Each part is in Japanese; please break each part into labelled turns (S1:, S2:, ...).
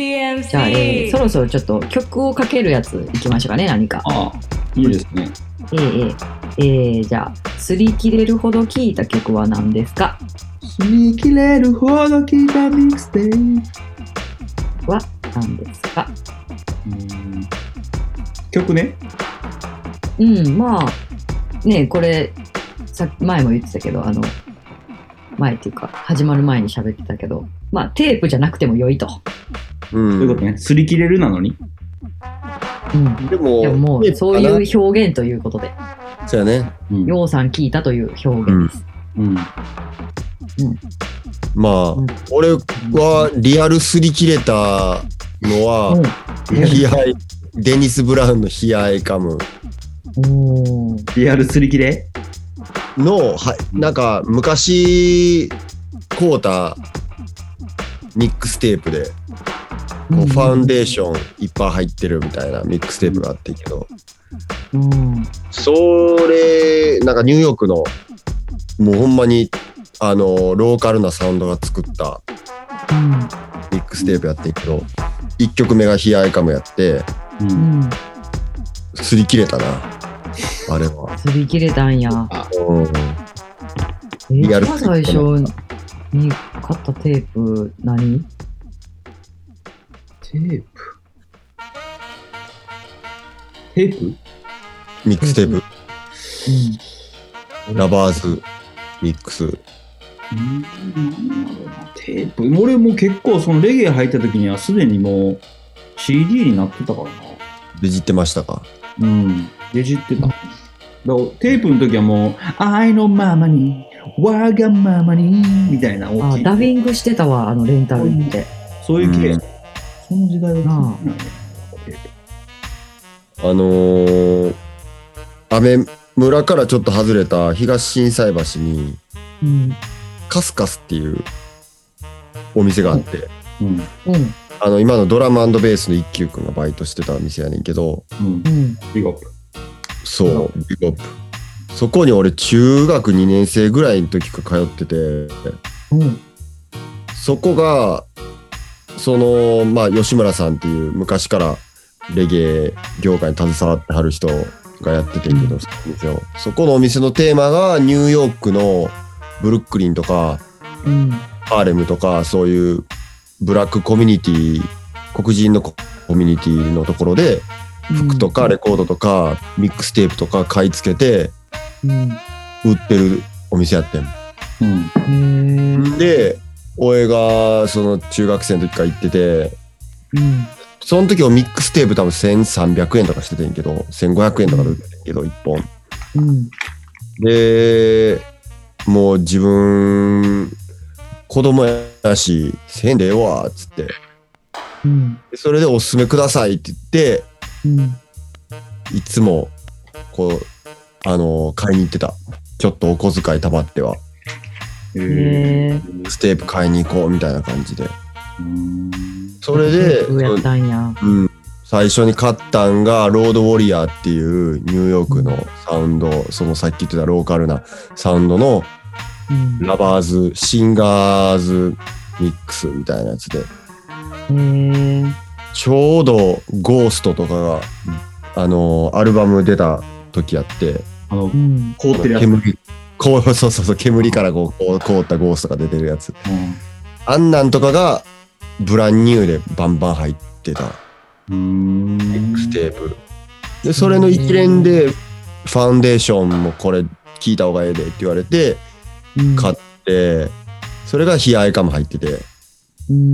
S1: DMC
S2: じゃあ、えーそろそろちょっと曲をかけるやついきましょうかね、何か。
S3: ああ、いいですね。
S2: えーえーえーじゃあ、擦り切れるほど聴いた曲は何ですか
S3: すり切れるほど聞いたミックステイ。
S2: は何ですか
S3: 曲ね。
S2: うん、まあ、ねえこれ、さ前も言ってたけど、あの、前っていうか、始まる前に喋ってたけど、まあ、テープじゃなくても良いと。
S3: そう
S4: う
S3: いうことね。すり切れるなのに。
S2: うん。
S4: でも、
S2: でもも
S4: テー
S2: う、
S4: プ
S2: そう
S4: か
S2: いう表現ということで、
S4: な。そうやね。
S3: うん。
S2: ようさん聞いたという表現です。
S3: うん。
S4: まあ、
S2: うん
S4: 俺はリアル擦り切れたのは、
S2: うん
S4: 悲哀、デニス・ブラウンの悲哀カム
S2: うんおー
S3: リアルすり切れ
S4: の、はなんか昔、こうたミックステープで、こうファンデーションいっぱい入ってるみたいなミックステープがあってんけど、
S2: うん
S4: それ、なんかニューヨークの、もうほんまに、あの、ローカルなサウンドが作ったミックステープやってんけど、1曲目が悲哀カムやって、
S3: う。
S2: うんん。うん。
S4: 擦り切れたな、あれは。
S2: 擦り切れたんや。
S4: うん
S2: えー
S4: リアル
S2: 一番最初に買ったテープ何
S3: テープ。テープ
S4: ミックステープ、
S2: う
S4: ラバーズ、ミックス。
S3: テープ俺も結構そのレゲエ入った時にはすでにもう CD になってたからな
S4: デジってましたか
S3: うんデジってただからテープの時はもう「愛のままにわがままに」みたいな
S2: あ
S3: 大きい
S2: ダビングしてたわあのレンタルって
S3: そういう系、
S4: うん
S3: その時代は
S2: な
S4: あのー、雨村からちょっと外れた東心斎橋に、
S2: うん
S4: カスカスっていうお店があって、
S3: うん
S2: うん
S4: あの、今のドラムベースの一休くんがバイトしてた店やねんけど、
S3: うん
S2: うん
S3: ビッグアップ
S4: そう、ビッグアップ。そこに俺中学2年生ぐらいの時から通ってて、
S2: うん
S4: そこが、その、まあ、吉村さんっていう昔からレゲエ業界に携わってはる人がやっててんけど、そのお店をそこのお店のテーマがニューヨークのブルックリンとか
S2: うん
S4: ハーレムとかそういうブラックコミュニティ、黒人のコミュニティのところで服とかレコードとかミックステープとか買い付けて
S2: うん
S4: 売ってるお店やってん。
S3: うん
S2: へー
S4: で、俺がその中学生の時から行ってて、
S2: うん
S4: その時をミックステープ多分1300円とかしててんけど、1500円とかで売ってんけど、1本。
S2: うん
S4: で、もう自分、子供やし、1000円でええわ、つって。
S2: うん
S4: でそれでおすすめくださいって言っ
S2: うん
S4: て、いつも、こう、あの、買いに行ってた。ちょっとお小遣い貯まっては、
S2: へえ
S4: ミックステープ買いに行こう、みたいな感じで。
S3: うん
S4: それで、
S2: そうやったんや
S4: うん、最初に買ったんがロードウォリアーっていうニューヨークのサウンド、そのさっき言ってたローカルなサウンドの
S2: うん
S4: ラバーズ、シンガーズミックスみたいなやつで、
S2: へえ
S4: ちょうどゴーストとかが、あのーアルバム出た時やって、
S3: あの
S2: うん
S3: 凍ってるやつ、うん、
S4: 煙、こう、 そうそうそう、煙からこう、こう凍ったゴーストが出てるやつ。あんなんとかがブランニューでバンバン入ってた。
S3: うーん
S4: ステープ。で、それの一連で、ファンデーションもこれ聞いた方がええでって言われて、
S2: うん
S4: 買って、それが悲哀感も入ってて、
S2: うん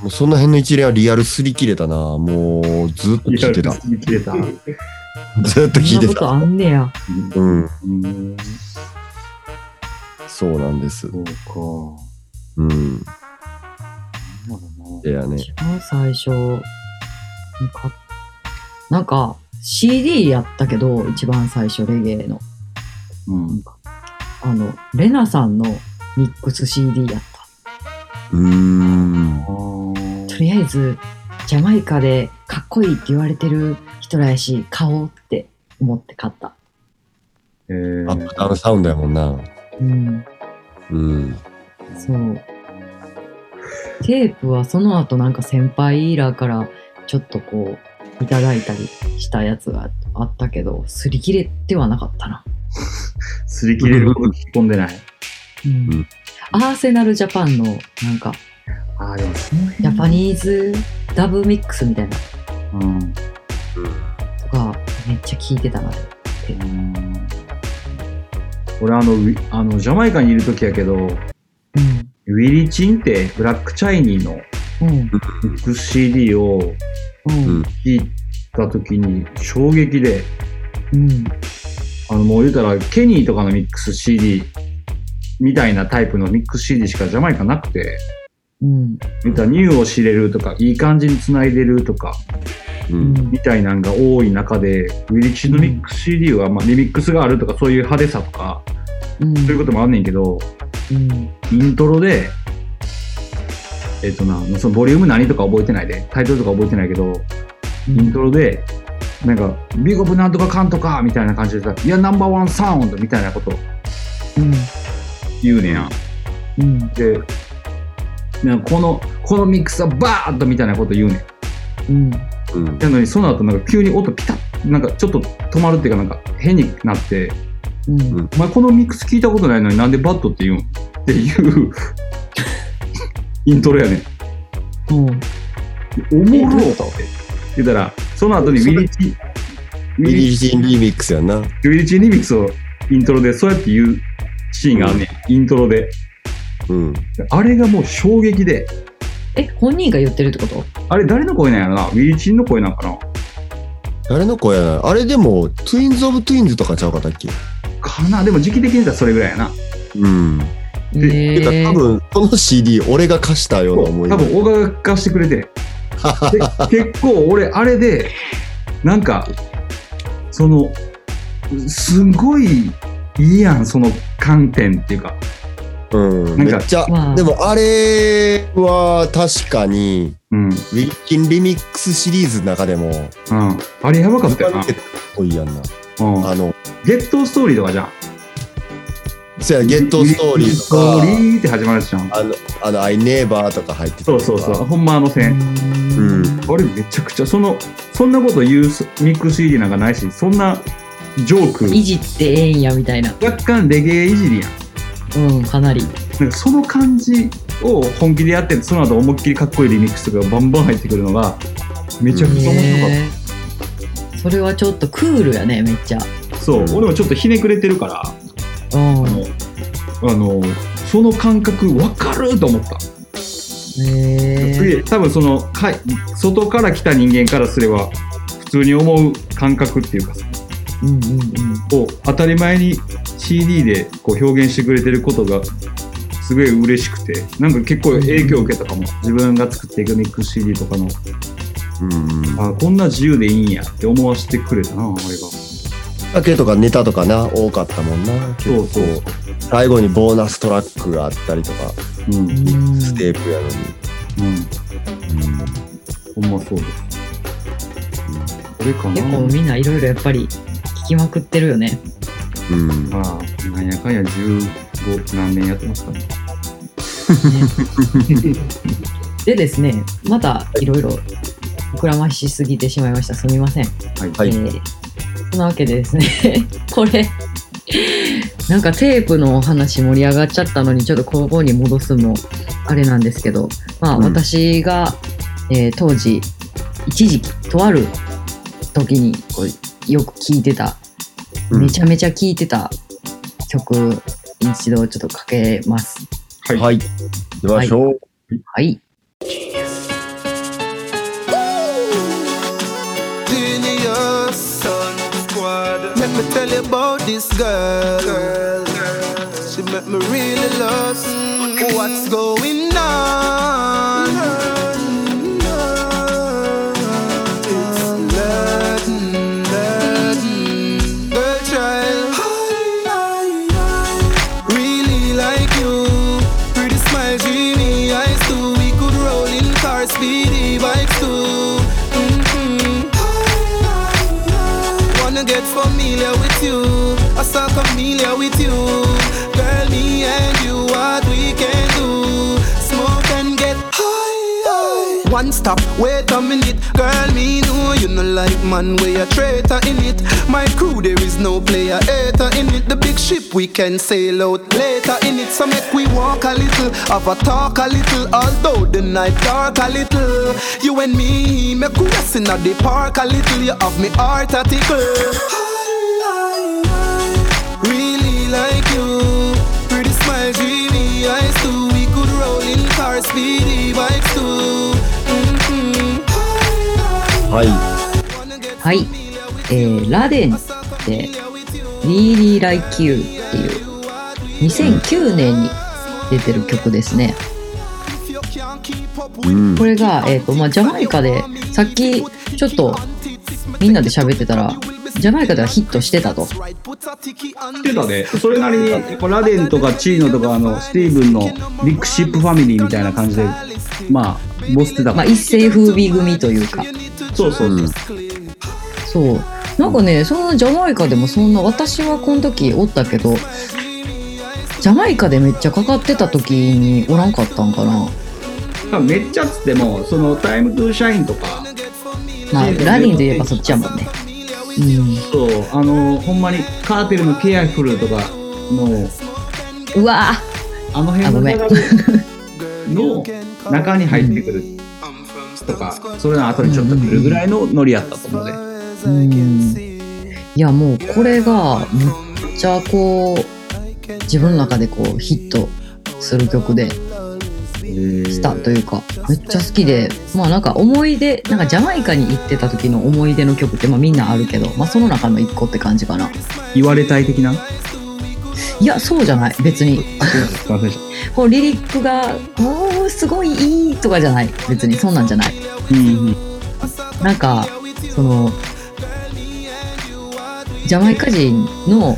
S4: もうその辺の一連はリアル擦り切れたなもうずっと聞いてた。
S3: 切れた
S4: ずっと聞い
S2: そんな
S4: て
S2: こと
S4: た。
S2: あんねや
S4: うん、
S3: うん
S4: そうなんです。
S3: そうか
S4: うん。
S3: なんだろう
S4: でやね。
S2: 一番最初に買っなんか CD やったけど一番最初レゲエの
S3: なうん
S2: あの、レナさんのミックス CD やっ
S4: うーん。
S2: た。とりあえず、ジャマイカでかっこいいって言われてる人らやし、買おうって思って買った。
S3: えー
S4: アップダウンサウンドやもんな。
S2: うん、
S4: うん。
S2: そう。テープはその後なんか先輩らからちょっとこういただいたりしたやつがあったけど擦り切れてはなかったな、
S3: 擦り切れるほど突っ込んでない。
S2: うん
S4: うん
S2: アーセナルジャパンのなんか
S3: ああ、でもその辺
S2: ジャパニーズダブミックスみたいな
S3: うん。う
S2: とかめっちゃ聞いてたな
S3: ーん俺、あの、ウィあの、ジャマイカにいる時やけど、
S2: う
S3: ウィリチンって、ブラックチャイニーの
S2: んうん
S3: ミックス CD を
S2: うん
S4: うん
S3: 聴いた時に衝撃で、
S2: うん
S3: あの、もう言うたら、ケニーとかのミックス CD みたいなタイプのミックス CD しかジャマイカなくて、
S2: うん
S3: 言うたらニューを知れるとか、いい感じに繋いでるとか、
S4: う
S2: うん
S4: ん
S2: うん
S3: みたいなんが多い中で、ウィリチンのミックス CD は、まあ、リミックスがあるとか、そういう派手さとか、
S2: うん
S3: そういうこともあんねんけど、
S2: うん
S3: イントロで、えっとな、そのボリューム何とか覚えてないで、タイトルとか覚えてないけど、イントロで、なんか、ビッグオブなんとかかんとかみたいな感じでさ、いや、ナンバーワンサウンドみたいなこと
S2: うん
S3: 言うねや。
S2: うん
S3: で、なんかこの、このミックスはバーッとみたいなこと言うねん。
S2: うん
S4: うん
S3: なのに、その後なんか急に音ピタッ、なんかちょっと止まるっていうか、なんか変になって、
S2: うん
S3: お前このミックス聞いたことないのになんでバットって言うんっていう イントロやねん。
S2: うん
S3: おもろって言ったら、その後にウィリチン、ウィ
S4: イギ
S3: リ
S4: リスンリミックスやんな。
S3: ウィリチンリミックスをイントロでそうやって言うシーンがあんねん、イントロで。
S4: うん。
S3: あれがもう衝撃で、
S2: え本人が言ってるってこと
S3: あれ誰の声なんやろなウィリチンの声なんかな
S4: 誰の声やないあれでも、トゥインズ・オブ・トゥインズとかちゃうかったっけ
S3: かなでも時期的に言ったらそれぐらいやな。
S4: うん。
S2: え
S4: てか多分、この CD、俺が貸したような思い出
S3: 多分、大川が貸してくれ て。で結構俺、あれで、なんか、その、すごいいいやん、その観点っていうか。
S4: うん。
S3: なん
S4: め
S3: か
S4: っちゃ。
S2: まあ
S4: でも、あれは確かに、
S3: うん。うん。
S4: ウィリキンリミックスシリーズの中でも、
S3: あれやばかったよな。
S4: 結構いいやんな。
S3: うん。
S4: あの、
S3: ゲットストーリーとかじゃん。
S4: そや、ゲットストー
S3: ゲ
S4: リーと
S3: ットスト
S4: か
S3: ー、リーって始まるじゃん。
S4: あの、あの、I Never とか入ってた
S3: そ
S4: り
S3: う
S4: とか
S3: そうそう。ほんまあの線。
S4: うん
S3: あれめちゃくちゃ、その、そんなこと言うミックス CD なんかないし、そんなジョー
S2: い
S3: ク、
S2: じってええんやみたいな
S3: 若干レゲエいじりやん。
S2: うんかなり
S3: なんかその感じを本気でやって、その後思いっきりかっこいいリミックスがバンバン入ってくるのが、めちゃくちゃ面白かっ
S2: ねえそれはちょっとクールやねめっちゃ
S3: た。そう、俺もちょっとひねくれてるから、
S2: うん
S3: あ
S2: へ
S3: の、あのその感覚わかると思った。すげ
S2: え
S3: え多分そのかい外から来た人間からすれば普通に思う感覚っていうかさ
S2: うんうんうん
S3: を当たり前に CD でこう表現してくれてることがすごい嬉しくてなんか結構影響を受けたかも自分が作っていくミックス CD とかの
S4: うん。
S3: あこんな自由でいいんやって思わせてくれたなあれがそ
S4: だけとかネタとかな、多かったもんな。
S3: うそう、
S4: 最後にボーナストラックがあったりとか、
S3: うんうん、
S2: うん
S4: ステープやのに。
S3: ほんまそうですこれか
S2: 結構
S3: な
S2: みんないろいろやっぱり聞きまくってるよね
S4: うん。うん
S3: まあなんやかんや15何年やってますかね
S2: ねでですねまたいろいろ膨らましすぎてしまいましたすみません
S3: はい、
S4: はい
S2: えーそんなわけでですね これなんかテープのお話盛り上がっちゃったのにちょっと工房に戻すもあれなんですけど、まあ、
S3: うん
S2: 私が、えー当時一時期とある時にこうよく聴いてた
S4: うん
S2: めちゃめちゃ聴いてた曲一度ちょっとかけます。
S3: はい
S4: はい。行きましょう。
S2: はい、
S5: Genius Sun Squad. Let me tell you about this girl. She make me really lost. What's going on? It's learning, learning. Girl child. Really like you. Pretty smile, dreamy eyes too. We could roll in cars, speedy bikes too. Mhm. Wanna get familiar with you. I so familiar with you. Girl, me and you, what we can do. Smoke and get high.
S1: man stop. Wait a minute, girl, me know you no like man where a traitor in it. My crew there is no player hater in it. The big ship we can sail out later in it. So make we walk a little, have a talk a little, although the night dark a little. You and me make we rest in the park a little. You have me heart a tickle. Really like you, pretty smile, dreamy eyes too. We could roll in cars, speedy bikes too. Mhm.
S4: はい。
S2: はいえーラデンって「Really Like You」っていう2009年に出てる曲ですね
S4: うん
S2: これが、えーとまあ、ジャマイカでさっきちょっとみんなで喋ってたらジャマイカではヒットしてたと
S3: ってたで、それなりに、ラデンとかチーノとか、あの、スティーブンのビッグシップファミリーみたいな感じで、まあ、ボスってた
S2: ま
S3: か
S2: あ、
S3: ら。
S2: 一世風靡組というか
S3: そうそうそう。
S2: そうなんかねそのジャマイカでもそんな私はこの時おったけどジャマイカでめっちゃかかってた時におらんかったんかな、
S3: まあめっちゃっつっても、その、タイムトゥーシャインとか、
S2: まあ、ラディンといえばそっちやもんねう
S3: そう、あの、ほんまに、カーテルのケアフルとかの、
S2: んうわ
S3: あの
S2: あごめ
S3: 辺
S2: ん
S3: のの中に入ってくるとか、それの後にちょっと来るぐらいのノリやったと思うで。
S2: ーうんいやもうこれがめっちゃこう自分の中でこうヒットする曲でしたというかめっちゃ好きでまあなんか思い出なんかジャマイカに行ってた時の思い出の曲ってまあみんなあるけど、まあ、その中の一個って感じかな
S3: 言われたい的な。
S2: いやそうじゃない別に
S3: すいませんでし
S2: こうリリックが「おーすごいいい」とかじゃない別にそんなんじゃない
S3: たうんうん。
S2: なんかそのジャマイカ人の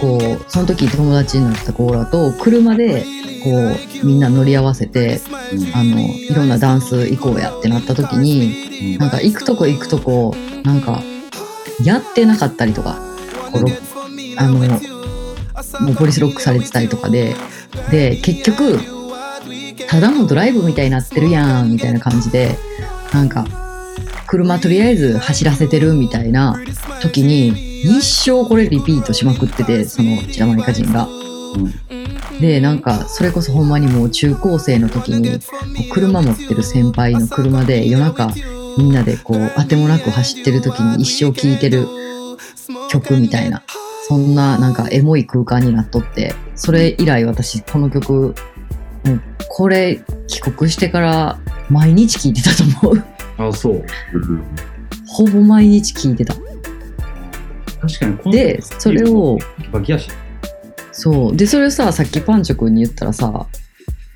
S2: こうその時友達になった子らと車でこうみんな乗り合わせてあのいろんなダンス行こうやってなった時になんか行くとこ行くとこなんかやってなかったりとかこうロあのもうポリスロックされてたりとかでで結局ただのドライブみたいになってるやんみたいな感じでなんか車とりあえず走らせてるみたいな時に一生これリピートしまくっててそのジャマイカ人が。でなんかそれこそほんまにもう中高生の時にこう車持ってる先輩の車で夜中みんなでこう当てもなく走ってる時に一生聴いてる曲みたいなそんななんかエモい空間になっとってそれ以来私この曲もうこれ帰国してから毎日聴いてたと思う
S3: あ、そう。
S2: ほぼ毎日聴いてた
S3: 確かにこの
S2: でそれを
S3: バキやし
S2: そうでそれをささっきパンチョ君に言ったらさ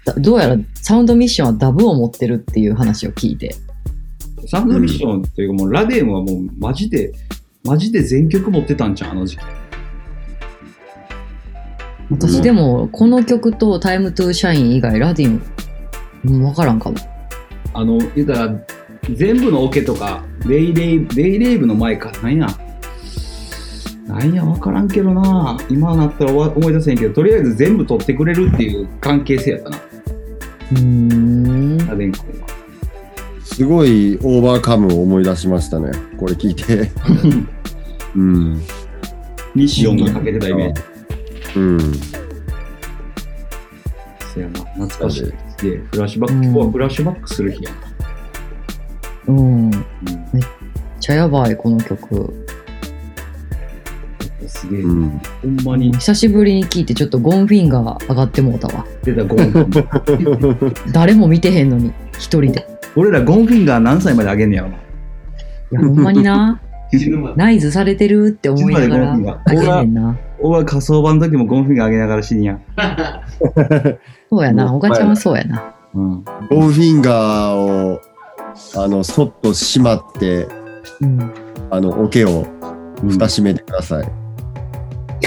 S2: だどうやらサウンドミッションはダブを持ってるっていう話を聞いて
S3: サウンドミッションっていうかもうラデンはもうマジでマジで全曲持ってたんじゃんあの時期
S2: 私でもこの曲と「タイムトゥーシャイン以外ラディンうん分からんかも
S3: あの言うたら全部のオケとかレイレイレイレイブの前かなんやなんや分からんけどな今なったらわ思い出せんけどとりあえず全部取ってくれるっていう関係性やったな
S2: うーん
S3: ラデン君は
S4: すごいオーバーカムを思い出しましたね。これ聞いて。 うん。
S3: ミッションがかけてたイメージ
S4: うん。
S3: そやな懐かしいでフラッシュバック今日はフラッシュバックする日やな、
S2: うんめっ
S3: うん
S2: ちゃやばいこの曲
S3: すげえ、
S4: うん。
S3: ほんまに
S2: 久しぶりに聴いてちょっとゴンフィンが上がってもうたわ
S3: 出たゴンフィンガー
S2: 誰も見てへんのに一人で
S3: 俺らゴンフィンガー何歳まであげんねやろない
S2: やほんまにな
S3: 死ぬまで
S2: ナイズされてるって思いながら
S3: 死ぬまでゴンフィンが
S2: あげんねんな
S3: 俺は仮想版の時もゴンフィンガーあげながら死にやん、
S2: そうや
S4: う
S2: なんおがちゃんはそうやな
S3: うん、
S4: ゴンフィンガーを、あの、そっとしまって、
S2: うん
S4: あの、オケを蓋
S3: 確
S4: 閉めてください。
S3: か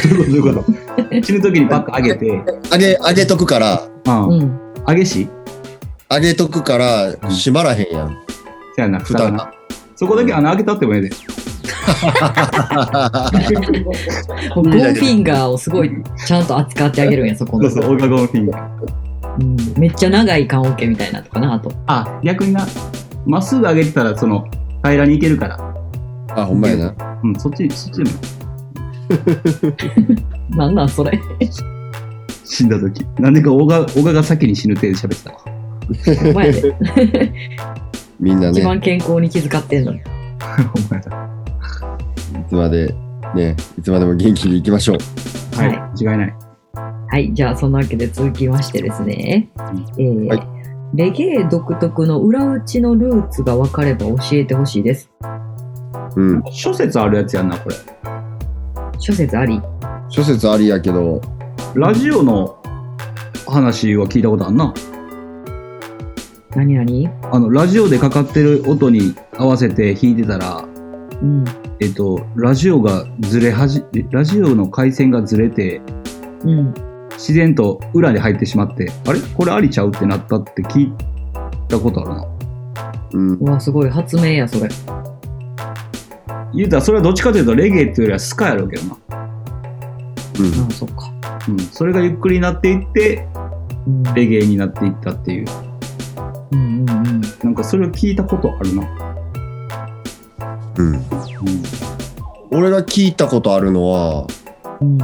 S3: にどう いうこと死ぬ時にバッと上げて、う
S4: あげ、あげとくから、
S3: ん
S2: うん
S3: 上げし
S4: あげとくから、閉まらへんやん。
S3: そやな蓋
S4: 蓋
S3: かな
S4: が。
S3: そこだけ穴開けたってもええで
S2: ゴンフィンガーをすごいちゃんと扱ってあげるんやそこ
S3: そ
S2: の
S3: うそう俺がゴンフィンガー
S2: うんめっちゃ長い棺桶みたいなとかなあと
S3: あ逆になまっすぐ上げてたら、その、平らに行けるから。
S4: あ、ほんまやな。
S3: うん、そっち、そっちでも。
S2: なんなんそれ。
S3: 死んだ時。なんでか、小川、小川が先に死ぬ程度喋ってたわ。
S2: お前で。
S4: みんなね、
S2: 一
S4: い
S2: 番健康に気遣ってんのに。
S3: お前だ
S4: つまで、ね、いつまでも元気に行きましょう。
S3: はい、違いない。
S2: はい、じゃあそんなわけで続きましてですね、えー
S4: はい
S2: レゲエ独特の裏打ちのルーツが分かれば教えてほしいです。
S4: うん。
S3: 諸説あるやつやんな、これ。
S2: 諸説あり。
S4: 諸説ありやけど、
S3: ラジオの話は聞いたことあんな。
S2: 何々
S3: あの、ラジオでかかってる音に合わせて弾いてたら、
S2: うん。
S3: えっと、ラジオがずれはじ、ラジオの回線がずれて、
S2: うん。
S3: 自然と裏に入ってしまって、あれこれありちゃうってなったって聞いたことあるな。
S4: うん
S2: う。わ、すごい。発明や、それ。
S3: 言うたら、それはどっちかというとレゲエっていうよりはスカやろうけどな。
S2: あ
S4: う
S2: あ、そっか。
S3: うん。それがゆっくりになっていって、
S2: うん。
S3: レゲエになっていったっていう。
S2: うんうんうん。
S3: なんかそれを聞いたことあるな。
S4: ん。うん。
S3: うん。
S4: 俺が聞いたことあるのは、
S2: うん。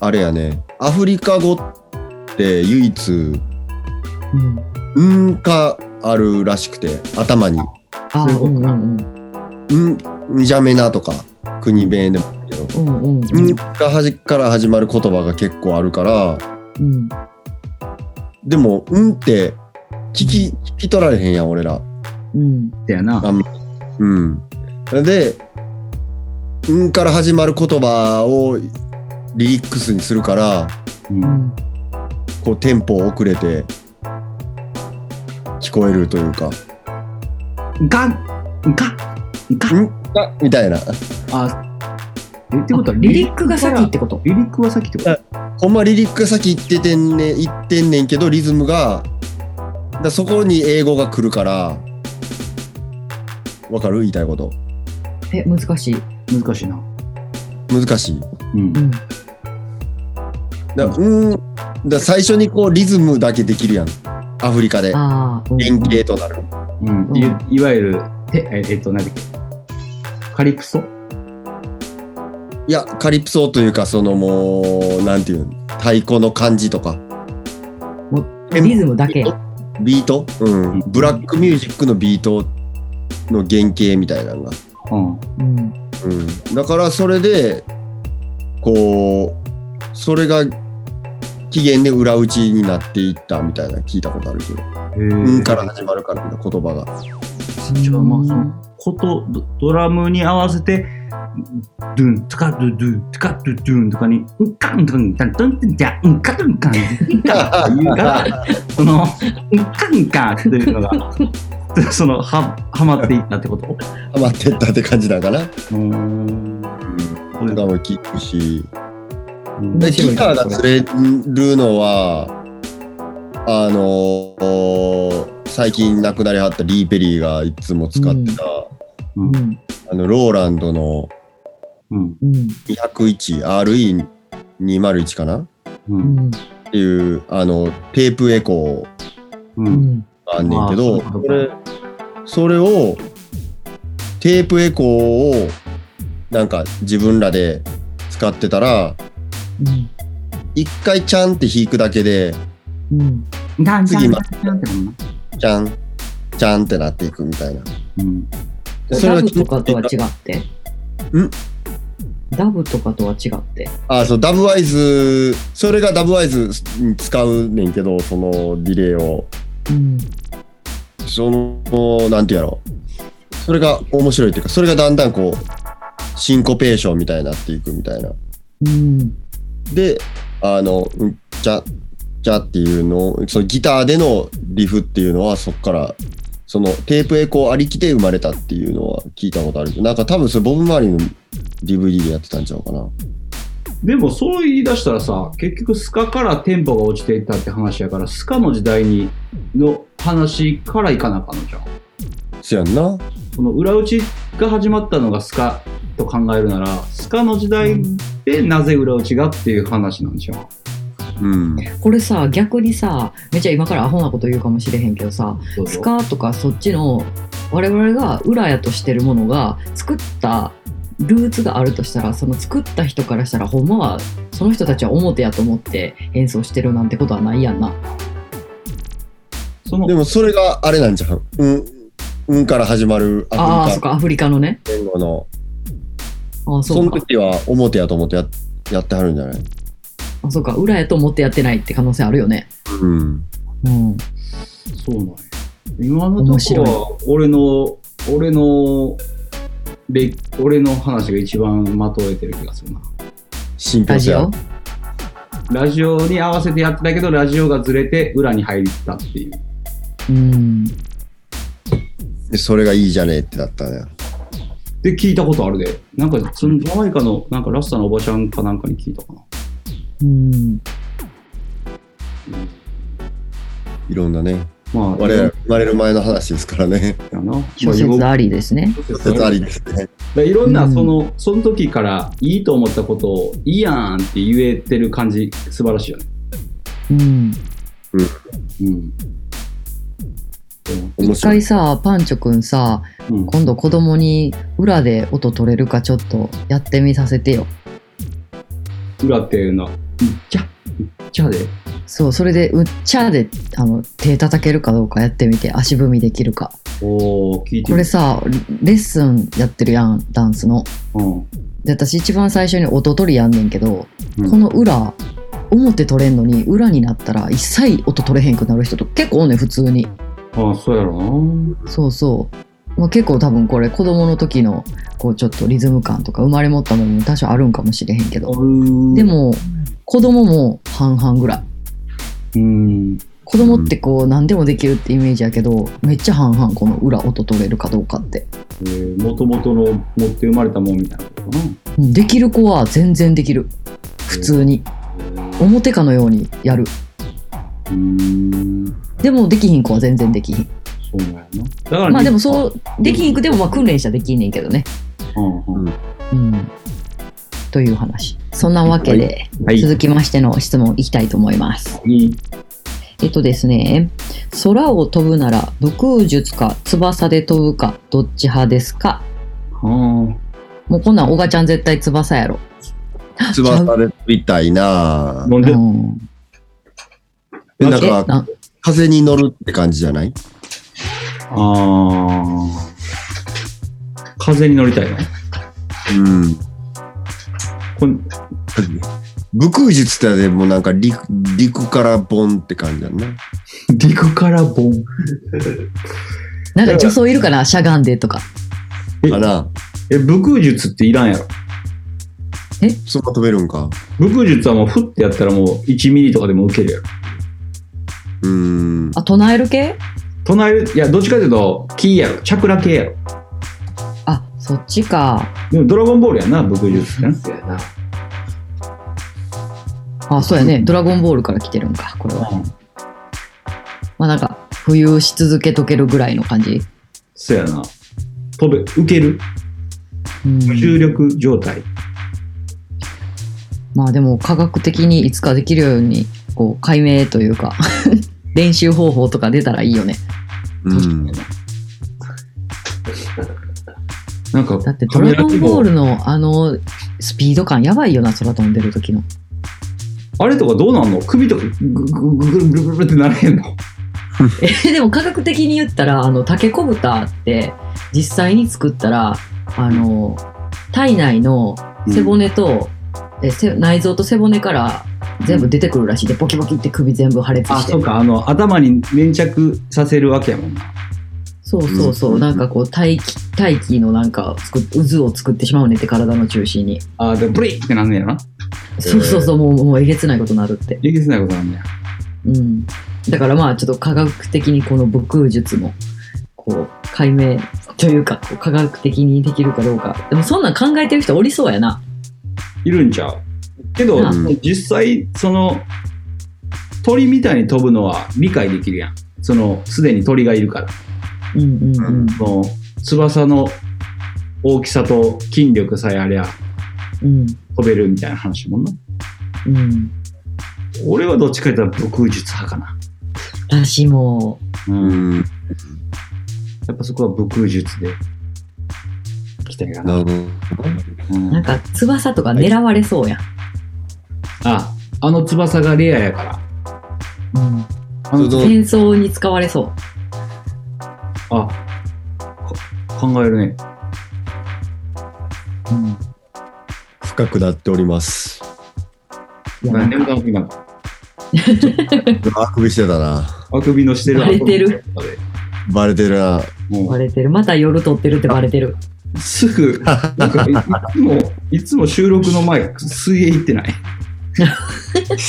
S4: あれやね、アフリカ語って唯一、
S2: うん。
S4: うんかあるらしくて、頭に。
S2: あ
S3: そう
S2: あ、
S3: いうこ
S2: うん
S3: と
S2: うん
S3: か
S2: うん。
S4: うん、んじゃめなとか、国弁でもいいけど。
S2: うんうんうん。
S4: うんがはじから始まる言葉が結構あるから、
S2: うん。
S4: でも、うんって聞き、聞き取られへんやん、俺ら。
S2: うん。
S3: だよな。
S4: うん。で、うんから始まる言葉をリリックスにするから、
S3: うん
S2: うん。
S4: こうテンポ遅れて聞こえるというか、
S3: ガンガンガン
S4: うんあみたいな。
S3: あ、え、ってことは
S2: あリリックが先ってこと
S3: リリックは先ってこと
S4: ほんまリリックが先言っててんねん、言ってんねんけど、リズムが、だからそこに英語が来るから、わかる言いたいこと。
S2: え、難しい。
S3: 難しいな。
S4: 難しい。
S3: うん
S2: う。ん。
S4: だうん、だから最初にこうリズムだけできるやん。アフリカで。
S2: ああ、うん
S4: 連携となる。
S3: うん、いいわゆる、てええっと、なんだっけ。カリプソ
S4: いや、カリプソというか、そのもう、なんていうの太鼓の感じとか、
S2: リズムだけ。
S4: ビートう
S3: うん
S4: ん。ブラックミュージックのビートの原型みたいなのが。
S3: う
S2: う
S3: ん。
S2: ん。
S4: うん。だから、それで、こう、それが起源で裏打ちになっていったみたいな聞いたことあるけど。うんから始まるからみたいな言葉が。
S3: じゃあまあそのことドドラムに合わせてドゥントカドゥドゥントカドゥドゥンとかにうんかんかんかんかんじゃうんかんかんうんかんっていうがそのうんかんかんっていうのが そのははまっていったってこと
S4: ハマってったって感じだから。
S3: うーんこ
S4: と
S3: れ
S4: かも聞くし。
S3: うん
S4: で
S2: 面白い
S4: ギ
S2: ね
S4: ターがずれるのはあのー最近亡くなりはったリー・ペリーがいつも使ってた、
S2: うん。
S4: あのローランドの
S3: うん
S2: うん。
S4: 201RE201 かな
S3: う
S2: うんん。
S4: っていうあのテープエコー
S2: う
S3: う
S2: んん。
S4: があんねんけど
S3: あーそう
S4: そ
S3: い
S4: れそれをテープエコーをなんか自分らで使ってたら
S2: うん。
S4: 一回チャンって弾くだけで
S2: うん。
S3: ダンダ
S4: 次
S3: ン
S4: ま
S3: ダンってことな
S4: チャンチャンってなっていくみたいな。
S3: うん
S4: でそれ
S2: ダ
S4: は
S2: ブとかとは違って。
S4: ん
S2: ダブとかとは違って。
S4: あそうダブアイズそれがダブアイズに使うねんけどそのディレイを
S2: うん。
S4: そのなんていうやろそれが面白いっていうかそれがだんだんこうシンコペーションみたいになっていくみたいな
S2: うん。
S4: であのうんちゃちゃっていうのをそのギターでのリフっていうのはそっからそのテープエコーありきで生まれたっていうのは聞いたことあるけどなんか多分それボブ・マーリーの DVD でやってたんちゃうかな
S3: でもそう言い出したらさ結局スカからテンポが落ちていったって話やからスカの時代にの話からいかなあかんのじゃん
S4: そやんな
S3: この裏打ちが始まったのがスカと考えるならスカの時代でなぜ裏打ちがっていう話なんでしょうん。
S2: これさ逆にさめちゃ今からアホなこと言うかもしれへんけどさ
S3: そう
S2: ス
S3: よ
S2: カーとかそっちの我々が裏やとしてるものが作ったルーツがあるとしたらその作った人からしたらほんまはその人たちは表やと思って演奏してるなんてことはないやんな。
S3: その
S4: でもそれがあれなんじゃん。うん、うんから始まる
S2: ああ
S4: アフ
S2: そ
S4: リ
S2: っ
S4: カ
S2: かアフリカのね。
S4: 言語の、
S2: ああ
S4: そ
S2: そ
S4: の
S2: うか
S4: 時は表やと思ってややってはるんじゃない
S2: あそうか裏やと思ってやってないって可能性あるよね。
S4: う
S2: う
S4: ん。
S2: ん、
S3: そうなんや。今の
S2: 面
S3: とこ
S2: 白い
S3: は、俺の、俺の、れ俺の話が一番まとえてる気がするな。
S4: 信
S2: ラ
S4: 憑性
S2: ジ
S4: あ
S2: オ
S4: る。
S3: ラジオに合わせてやってたけど、ラジオがずれて裏に入ったっていう。
S2: うん
S4: でそれがいいじゃねえってだったね。
S3: で、聞いたことあるで。なんか、そのジャマイカの、なんかラスタのおばちゃんかなんかに聞いたかな。
S2: うん
S4: いろんなね。
S3: まあ、
S4: 我々生まれる前の話ですからね。
S3: やな。
S2: 諸説ありですね。
S3: 諸
S4: 説ありですね。
S3: だからいろん
S2: う
S3: な、
S2: ん
S3: その、その時からいいと思ったことを、いいやんって言えてる感じ、素晴らしいよね。
S2: うん
S3: うん。でも
S4: 面
S2: 一
S4: 白い。
S2: 回さパンチョくんさ
S3: うん、
S2: 今度子供に裏で音取れるかちょっとやってみさせてよ。
S3: 裏っていうのは、いっちゃ、いっちゃで。
S2: そう、それで、うっちゃーで、あの、手叩けるかどうかやってみて、足踏みできるか。
S3: おー、聞い
S2: こ
S3: てみ
S2: れ
S3: る。
S2: さ、レッスンやってるやん、ダンスの。
S3: うん。
S2: で、私一番最初に音取りやんねんけど、
S3: うん
S2: この裏、表取れんのに、裏になったら一切音取れへんくなる人と結構おんねん、普通に。
S3: ああ、そうやろな。
S2: そうそう。まあ、結構多分これ、子供の時の、こう、ちょっとリズム感とか、生まれ持ったものも多少あるんかもしれへんけ
S3: あ
S2: ど。
S3: る
S2: で、も、子供も半々ぐらい。
S3: うん。
S2: 子供ってこう何でもできるってイメージやけど、めっちゃ半々この裏音取れるかどうかって
S3: えー、元々の持って生まれたもんみたいなことかな。
S2: うんできる子は全然できる普通に表かのようにやる
S3: うーん。
S2: でもできひん子は全然できひん
S3: そうなんやな。だから、
S2: まあでもそうできひんくでもまあ訓練したらできんねんけどね
S3: うんうん。
S2: うんという話そんなわけで、
S3: はい。
S2: 続きましての質問いきたいと思います
S3: い
S2: えっとですね、空を飛ぶなら武空術か翼で飛ぶかどっち派ですか
S3: は
S2: もうこんなん、おがちゃん絶対翼やろ。
S4: 翼で飛びたいな
S3: あ。なんで、
S2: うん
S4: ぁでなん
S2: え
S4: か、
S2: な
S4: 風に乗るって感じじゃない
S3: ああ。風に乗りたいな。
S4: うん。
S3: こん
S4: 武空術ってのはでもなんか陸陸からボンって感じやんな。
S3: 陸からボン。
S2: なんか女装いるかなしゃがんでとか。
S3: え
S4: かな。
S3: え、武空術っていらんやろ。
S4: そんな飛べるんか。
S3: 武空術はもうフッてやったらもう1ミリとかでも受けるやろ。
S4: うーん。
S2: あ、唱える系
S3: 唱える、いや、どっちかというと、キーやろ。チャクラ系やろ。
S2: あ、そっちか。
S3: でもドラゴンボールやんな、武空術ってな。そうやな。
S2: あ、そうやね。ドラゴンボールから来てるんか、これは。まあなんか、浮遊し続けとけるぐらいの感じ。
S3: そうやな。飛べ、受ける。
S2: うん、
S3: 重力状態。
S2: まあでも科学的にいつかできるように、こう、解明というか、 練習方法とか出たらいいよね。
S4: うん。
S3: なんか、
S2: だってドラゴンボー
S3: ル。
S2: ルのあの、スピード感やばいよな、空飛んでる時の。
S3: あれとかどうなんの首とかぐぐぐぐるぐるぐるぐるってなれへんの
S2: えでも科学的に言ったらあのタケコブタって実際に作ったらあの体内の背骨と、えせ内臓と背骨から全部出てくるらしいでボキボキって首全部破裂
S3: あ、
S2: して
S3: そうか、あの、頭に粘着させるわけやもんな。
S2: そうそうそう、
S4: うん
S2: なんかこう大気大気のなんか作っ渦を作ってしまうねって体の中心に、
S3: あ、でも、ブリッってなんねやろな。
S2: そうそうそうもうもうえげつないことになるって
S3: えげつないことなんねや。
S2: うんだからまあちょっと科学的にこの武空術もこう解明というかこう科学的にできるかどうかでもそんなん考えてる人おりそうやない
S3: るんちゃうけど、
S2: うん
S3: その実際、その、鳥みたいに飛ぶのは理解できるやん。その、すでに鳥がいるから。
S2: うんうんうん
S3: その、翼の大きさと筋力さえありゃ
S2: うん
S3: 飛べるみたいな話もんな。
S2: うん
S3: 俺はどっちかというと武術派かな。
S2: 私も、
S3: うん。
S4: ん。
S3: やっぱそこは武術で行きたいかな。
S4: なるほど。
S3: うん
S2: なんか翼とか狙われそうやん。
S3: あ、あの翼がレアやから。
S2: うん。
S3: あの翼
S2: 戦争に使われそう。
S3: あ、か考えるね。
S2: うん。
S4: 深くなっております。
S2: いや
S3: 何年間今、
S4: あくびしてたな。
S3: あくびのしてる。
S2: バレてる。
S4: バレてるな。
S3: も
S2: バレてる。また夜撮ってるってバレてる。
S3: う、すぐ、なんかい、 いつも、いつも収録の前、水泳行ってない。
S4: そ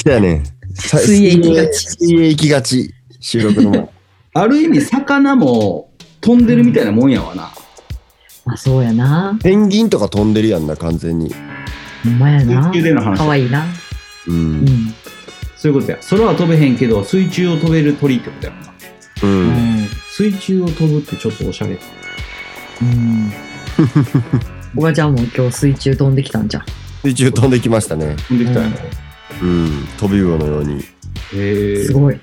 S4: うやねん。さ
S2: 水泳行きがち
S4: 水泳行きがち。収録のも。
S3: ある意味、魚も飛んでるみたいなもんやわな。
S2: まあそうやな。
S4: ペンギンとか飛んでるやんな、完全に。
S2: ほんまやな
S3: 水。中での話。
S2: かわいいな。
S4: う。
S2: うんん。
S3: そういうことや。空は飛べへんけど、水中を飛べる鳥ってことやもんな。
S4: う。
S2: うんん。
S3: 水中を飛ぶってちょっとおしゃれ。
S2: うん。おばちゃんも今日水中飛んできたんじゃん。
S4: 水中飛んできましたね。
S3: 飛んできたやろ。
S4: うん。飛び魚のように。
S3: へえ
S2: すごい。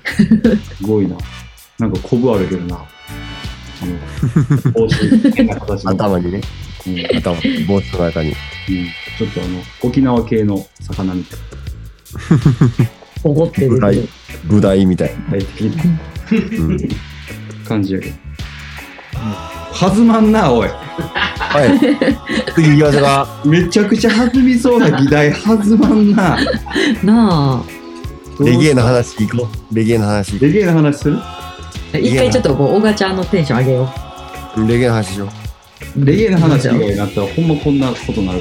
S3: すごいな。なんかコブあるけどな。あの、帽子、変な形の。
S4: 頭に
S3: うんう
S4: ね。
S3: ん
S4: 頭、帽子の中に。
S3: ちょっとあの、沖縄系の魚みたい
S2: 怒ってるけど。
S4: はいブダイみたい。
S3: な。大的な
S4: うん。
S3: 感じやけど。弾まんな、おい。
S4: はい。 次行きましょうか。
S3: めちゃくちゃ弾みそうな議題、弾まんな。
S2: な
S4: レゲエの話行こう。レゲエの話。
S3: レゲエの話する
S2: あ。一回ちょっとこう、おばちゃんのテンション上げよう。
S4: レゲエの話しよう。
S3: レゲエの話以外になったら、ほんまこんなことになる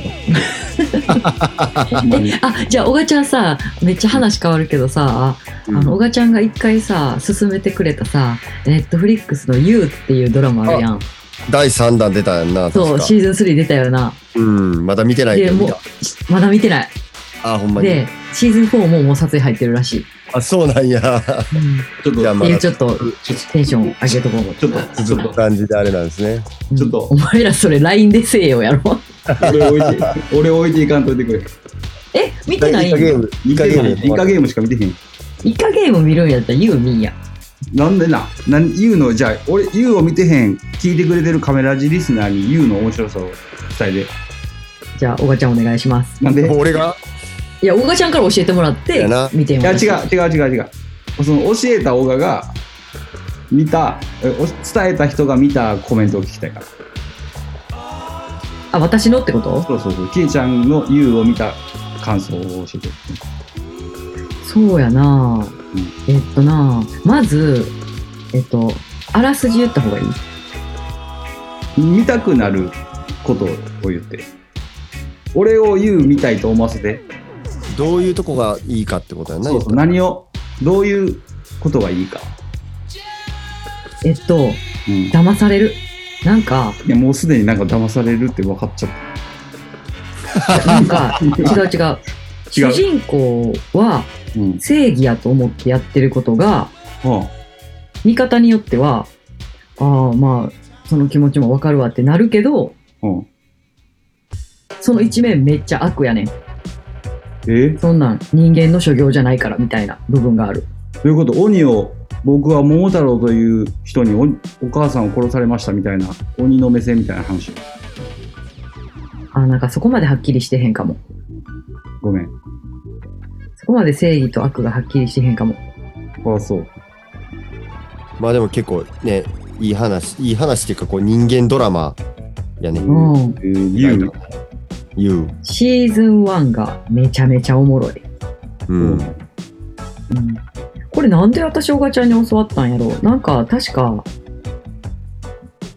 S3: から。ほんまに
S2: あ、じゃあ、おがちゃんさ、めっちゃ話変わるけどさ、あの、おがちゃんが一回さ、勧めてくれたさ、ネットフリックスの You っていうドラマあるやん。
S4: 第3弾出たやんな、
S2: そう、
S4: 確か。
S2: シーズン3出たよな。
S4: うん。まだ見てないけ
S2: で、
S4: ど見
S2: も
S4: た。
S2: う、しまだ見てない。
S4: あ、ほんまに
S2: で。、シーズン4ももう撮影入ってるらしい。
S4: あ、そうなんや。
S3: ちょっと
S4: じゃあ、ま
S2: っていう、
S4: だ
S2: ちょっと、テンション上げとこう。
S3: ちょっと、ちょっ
S4: 続
S3: と
S4: く、感じであれなんですね。
S3: ちょっと
S2: うんお前らそれ LINE でせえよやろ。
S3: 俺置いて、俺置いていかんといてくれ。
S2: え、見てない
S4: イカゲーム。イ
S3: イ
S4: カ
S3: カ
S4: ゲ
S3: ゲ
S4: ー
S3: ー
S4: ム。
S3: ム、イカゲームしか見てへん。
S2: イカゲーム見るんやったら You 見んや。
S3: なんでな、なん、ユウの、じゃあ、俺、ユウを見てへん、聞いてくれてるカメラジリスナーにユウの面白さを伝えて。
S2: じゃあ、おがちゃんお願いします。
S3: なんでい
S4: もう俺が
S2: いや、おがちゃんから教えてもらって
S4: やな、
S2: 見てみ
S3: や、
S2: ま
S3: 違
S2: す。
S3: う、違う、違う、違う。その、教えたオガが、見た、えお伝えた人が見たコメントを聞きたいから。
S2: あ、私のってこと
S3: そうそうそう。キイちゃんのユウを見た感想を教えて。
S2: そうやな、えっとなまず、えっと、あらすじ言った方がいい
S3: 見たくなることを言って。俺をユウ見たいと思わせて。
S4: どういうとこがいいかってことやな。
S3: そうそう。何を、どういうことがいいか。
S2: えっと、
S3: うん。い
S2: 騙される。なんか、
S3: や、もうすでになんか騙されるって分かっちゃった。
S2: なんか、違う違う。
S3: 違
S2: 主
S3: う
S2: 人公は
S3: うん。
S2: 正義やと思ってやってることが、
S3: は
S2: 見方によっては、ああ、まあ、その気持ちもわかるわってなるけど、
S3: あ。うん。
S2: その一面めっちゃ悪やねん。
S3: え
S2: そんなん人間の所業じゃないからみたいな部分がある。
S3: ということ、鬼を、僕は桃太郎という人におお母さんを殺されましたみたいな、鬼の目線みたいな話。
S2: あーなんかそこまではっきりしてへんかも。
S3: ごめん。
S2: そこまで正義と悪がはっきりしてへんかも。
S3: ああ、そう。
S4: まあでも結構ね、いい話、いい話っていうか、こう人間ドラマやね。
S2: うん。
S3: えー、ユウ。
S4: You。
S2: シーズン1がめちゃめちゃおもろい。
S4: うん。
S2: うん、これなんで私、おがちゃんに教わったんやろう。なんか、確か、も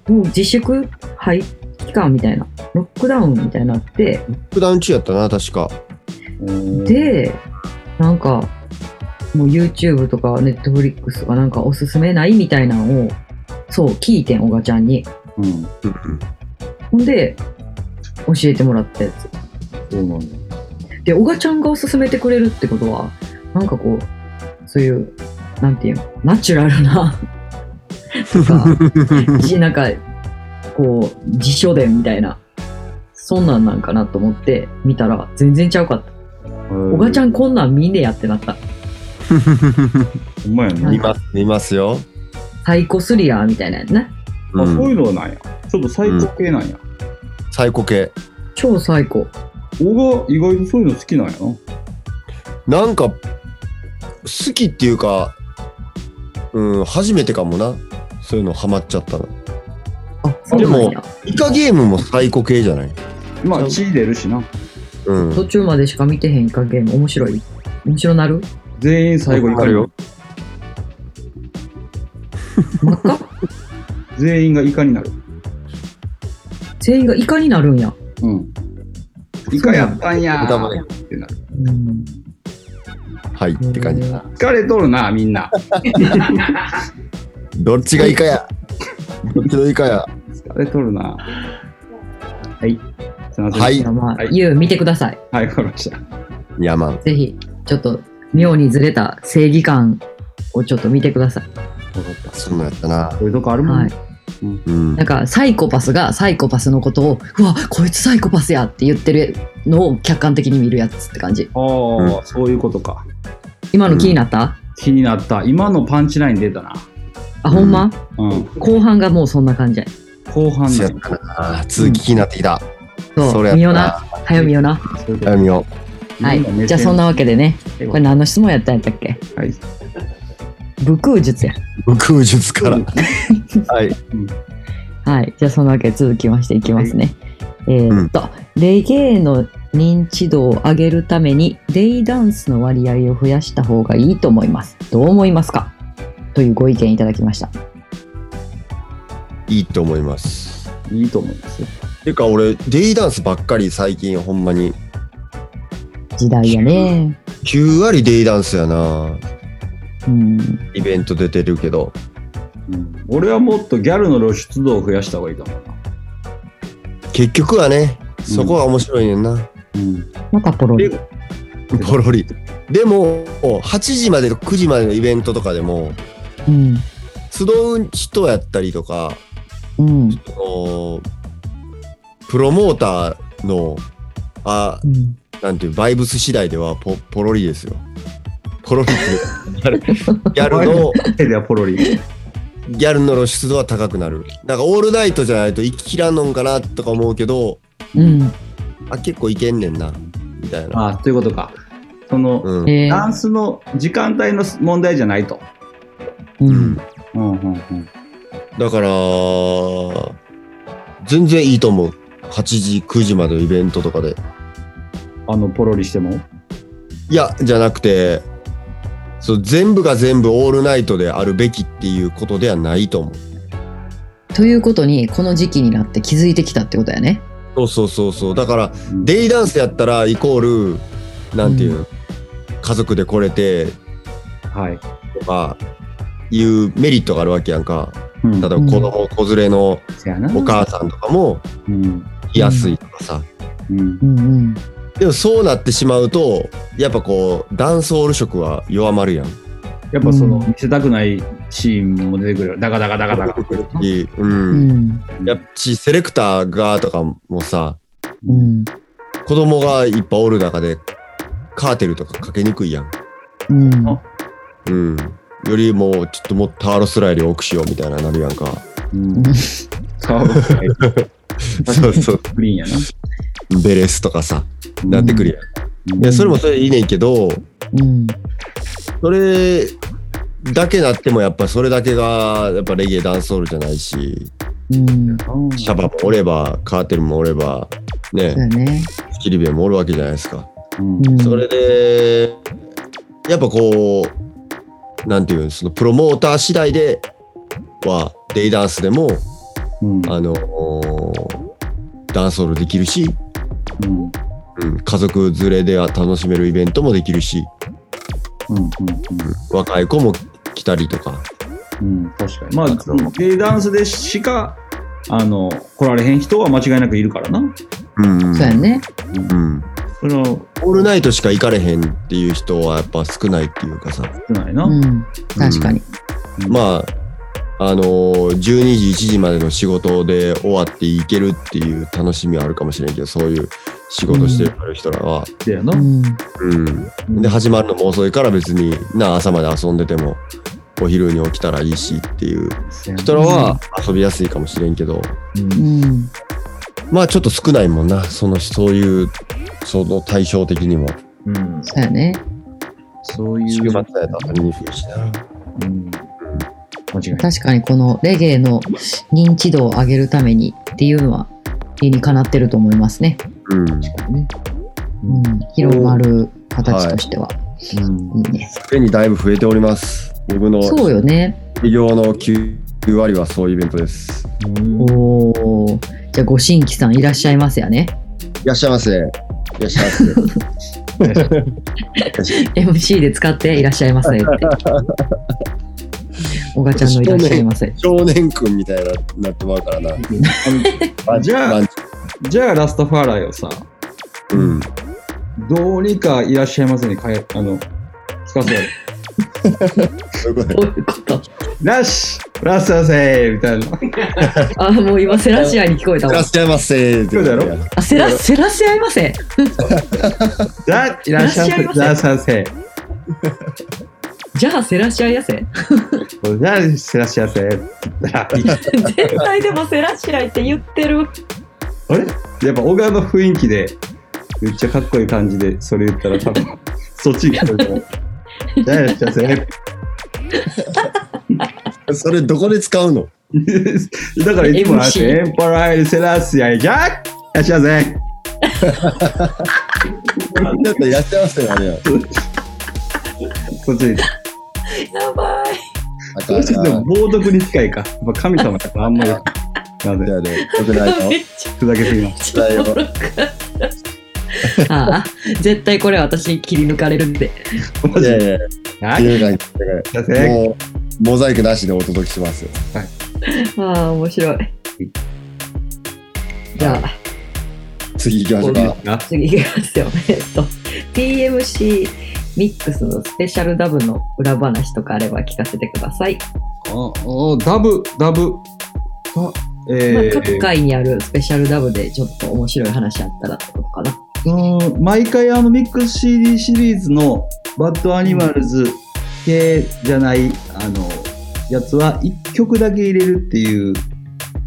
S2: う自粛廃期間みたいな、ロックダウンみたいになって、
S4: 普段中やったな、確か。
S3: うん、
S2: で、なんか、もう YouTube とか Netflix とかなんかおすすめないみたいなのを、そう、聞いてん、おがちゃんに。
S3: うん。
S4: うん
S2: ほんで、教えてもらったやつ。
S3: そうなんだ。
S2: で、小賀ちゃんが勧めてくれるってことは、なんかこう、そういう、なんていうの、ナチュラルな、とか、 じなんか、こう、辞書伝みたいな、そんなんなんかなと思って見たら、全然ちゃうかった。小
S3: お
S2: 賀ちゃ
S3: ん。
S2: んこんなん見ねやってなった。
S3: ほんまやな。
S2: は
S3: あ
S2: い
S4: 見ます、見ますよ。
S2: サイコスリアーみたいなやつね。
S4: う
S3: そうい
S4: ん、
S3: うのなんや。ちょっと最高系なんや。
S4: サイコ系。
S2: 超サイコ。
S3: 僕が意外とそういうの好きなんやな。
S4: なんか、好きっていうか、うん、初めてかもな。そういうのハマっちゃったな。
S2: あ、そうなんや。
S4: イカゲームもサイコ系じゃない
S3: ま
S4: そ
S3: あ、
S4: う
S3: 血出るしな。
S4: うん。
S2: 途中までしか見てへんかゲーム面白い。面白なる
S3: 全員最後に
S4: わかるよ。
S2: 真っ赤
S3: 全員がイカになる。
S2: 全員がイカになるんや。
S3: うん。イカやったんや
S4: 豚まで
S3: ーってなる。
S2: うん。
S4: はい、って感じだな。
S3: 疲れとるな、みんな。
S4: どっちがイカやどっちのイカや
S3: 疲れとるな。はい。すいません。
S4: は
S2: じ
S4: い
S2: ゃあ、まあ
S3: は、い
S2: ユウ見てください。
S3: はい、わかりました。
S4: ヤマン。
S2: ぜひ、ちょっと、妙にずれた正義感をちょっと見てください。
S4: そんなんやったな
S3: こ。ういうとこあるもん
S2: は
S3: ね
S2: い。。
S4: うん
S2: な。んか、サイコパスがサイコパスのことを、うわ、こいつサイコパスやって言ってるのを客観的に見るやつって感じ。
S3: ああ、そういうことか。
S2: 今の気になった、
S3: 気になった。今のパンチライン出たな。
S2: あ、ほんま、
S3: うん。
S2: 後半がもうそんな感じや。
S3: 後半
S4: そ
S3: だ
S4: うや
S3: よ
S4: ったな。続き気になってきた。
S2: そう、
S4: それやった
S2: 見よな。早見よな。
S3: そういうこと
S4: やめよ
S2: はい。じゃあ、そんな。わけでね。これ何の質問やったんやったっけ
S3: はい。
S2: 武空術や。
S4: う。武空術から。
S3: うん
S4: はい。
S2: はい。じゃあ、そのわけで続きましていきますね。えーっと、レゲエの認知度を上げるために、デイダンスの割合を増やした方がいいと思います。どう思いますかというご意見いただきました。
S4: いいと思います。
S3: いいと思いますよ。
S4: てか俺、デイダンスばっかり最近ほんまに。
S2: 時代やね。
S4: 9割デイダンスやな。
S2: うん。
S4: イベント出てるけど。
S3: うん俺はもっとギャルの露出度を増やした方がいいと思うな。
S4: 結局はね、そこが面白いねんな。
S3: うん。
S2: またポロリ。
S4: ポロリ。でも、8時までと9時までのイベントとかでも、
S2: うん。
S4: 集う人やったりとか、
S2: うん。
S4: あのプロモーターの、あ
S2: う、ん
S4: なんていう、バイブス次第ではポ、ポロリですよ。ポロリって、ギャルギャルの、
S3: え、ではポロリ。
S4: ギャルの露出度は高くなる。なんか、オールナイトじゃないと生ききらんのんかなとか思うけど、
S2: うん。
S4: あ、結構いけんねんな、みたいな。
S3: ああ、ということか。その、
S4: うん。
S2: え
S3: ダ
S2: ー
S3: ンスの時間帯の問題じゃないと。
S2: う
S4: うんん。
S3: うんうんうん。
S4: だから、全然いいと思う。8時、9時までのイベントとかで。
S3: あの、ポロリしても。
S4: いや、じゃなくて、そう全部が全部オールナイトであるべきっていうことではないと思う。
S2: ということに、この時期になって気づいてきたってことやね。
S4: そうそうそうそう。だから、デイダンスやったら、イコール、なんていうの、家族で来れて
S3: はい。
S4: とか、いうメリットがあるわけやんか。
S3: うん
S4: 例えば、子供、子連れの
S3: せやな。
S4: お母さんとかも、
S3: うん。
S4: 来やすいとかさ。
S3: うん
S2: う。んうん。
S4: でも、そうなってしまうと、やっぱこう、ダンスオール色は弱まるやん。
S3: やっぱその、
S2: うん
S3: 見せたくないシーンも出てくるよ。ダガダガダガダガ。
S4: いいうん
S2: うん。
S4: やっちセレクターがとかもさ
S2: うん。
S4: 子供がいっぱいおる中でカーテルとかかけにくいやん、
S2: うん。
S4: うん、よりもうちょっともっとターロスライル多くしようみたいななるやんか
S3: うん。顔が暗い
S4: そうそう
S3: グリーンやな。
S4: ベレスとかさなってくるやん、
S3: うん
S4: いやそれもそれでいいねんけど
S2: うん。
S4: それだけなってもやっぱそれだけがやっぱレゲエダンスホールじゃないし
S2: うん。
S3: うん
S4: シャバもおればカーテルもおればね
S2: そうやね。
S4: スキリベもおるわけじゃないですか
S3: うん
S2: うん
S4: それで、やっぱこう、なんていうんそのプロモーター次第では、デイダンスでも、
S3: うん
S4: あの、おーダンスホールできるし、
S3: うん
S4: うん、家族連れでは楽しめるイベントもできるし、
S3: うん
S4: 若い子も来たりとか、
S3: うんうん確かに。まあ、そのゲイダンスでしか、あの、来られへん人は間違いなくいるからな。
S4: うん、うん
S2: そうやね。
S4: うん
S3: それは少
S4: オールナイトしか行かれへんっていう人はやっぱ少ないっていうかさ、
S3: ないな。
S2: うん。確かに。
S4: まあ、あのー、12時、1時までの仕事で終わっていけるっていう楽しみはあるかもしれんけど、そういう仕事してる人らは。
S3: でや
S2: う。
S3: な
S2: ん
S4: うん、で始まるのも遅いから別にな朝まで遊んでてもお昼に起きたらいいしっていう
S3: せやな
S4: 人らは遊びやすいかもしれんけど
S3: うん
S2: うん
S4: まあちょっと少ないもんなそのそういうその対照的にも
S3: うん
S2: そうやね
S3: そうい
S4: 週
S3: う
S4: 末だったら足りにくいしな
S3: うん間違いない。
S2: 確かにこのレゲエの認知度を上げるためにっていうのは理にかなってると思いますね、
S4: うん
S3: ね
S2: うん、広まる形としては、
S3: うん
S2: い、いね
S4: 常にだいぶ増えております僕の
S2: そうよね
S4: 営業の9割はそういうイベントです
S3: うん
S2: おおじゃあご新規さんいらっしゃいますやね
S4: いらっしゃいませいらっしゃいませ
S2: MC で使っていらっしゃいませ っておがちゃんのいらっしゃいませ
S4: 少年くんみたいななってまうからな
S3: あじゃあ
S4: ランチ
S3: じゃあラストファーライをさ、
S4: うん
S3: どうにかいらっしゃいませに変え、あの、聞かせよう。
S4: そういうこと
S2: どういうこと
S3: ラッシュラッシュせーみたいな。
S2: あもう今セラシアに聞こえた
S4: いら
S2: わ
S4: っしゃいませーって
S3: そうだろ
S2: あセラセラシアいません
S3: ラいらっしゃいませ。ラッシュせー。
S2: じゃあセラシアやせ
S3: ラッシュラッシュせー。
S2: 絶対でもセラシアって言ってる
S3: あれやっぱ小川の雰囲気で、めっちゃかっこいい感じで、それ言ったら多分、そっちに来ると思う。ラッシュせ
S4: それどこで使うの
S3: ー。だからいつもあれ
S2: MC
S3: エンパラエルセラスやいじゃいらっしゃいませ。
S4: ちょっとやってますよ、あれよ。
S3: そっち
S2: や
S3: に。
S2: ばい
S4: あか
S3: ど
S4: ん
S3: うして
S4: な。
S3: も冒涜に近いか。やっぱ神様だからあんまり。なぜ
S4: だよね。よくない と。
S2: めっちゃ
S3: ふざけすぎます。
S4: だよ。
S2: ああ絶対これ私切り抜かれるんで
S4: いやいや、
S3: はい。
S4: いう感
S3: だ
S4: じで
S3: ぜ。
S4: もう、モザイクなしでお届けしますよ。
S2: ああ面白いじゃあ
S4: 次行きましょうか。
S3: あ
S2: 次いきますよえっと TMC ミックスのスペシャルダブの裏話とかあれば聞かせてください、
S3: あダブ、ダブ。あえ
S2: まあ、
S3: ー
S2: 各回にあるスペシャルダブでちょっと面白い話あったらってことかな
S3: その毎回あのミックス CD シリーズのバッドアニマルズ系じゃない、あの、やつは1曲だけ入れるっていう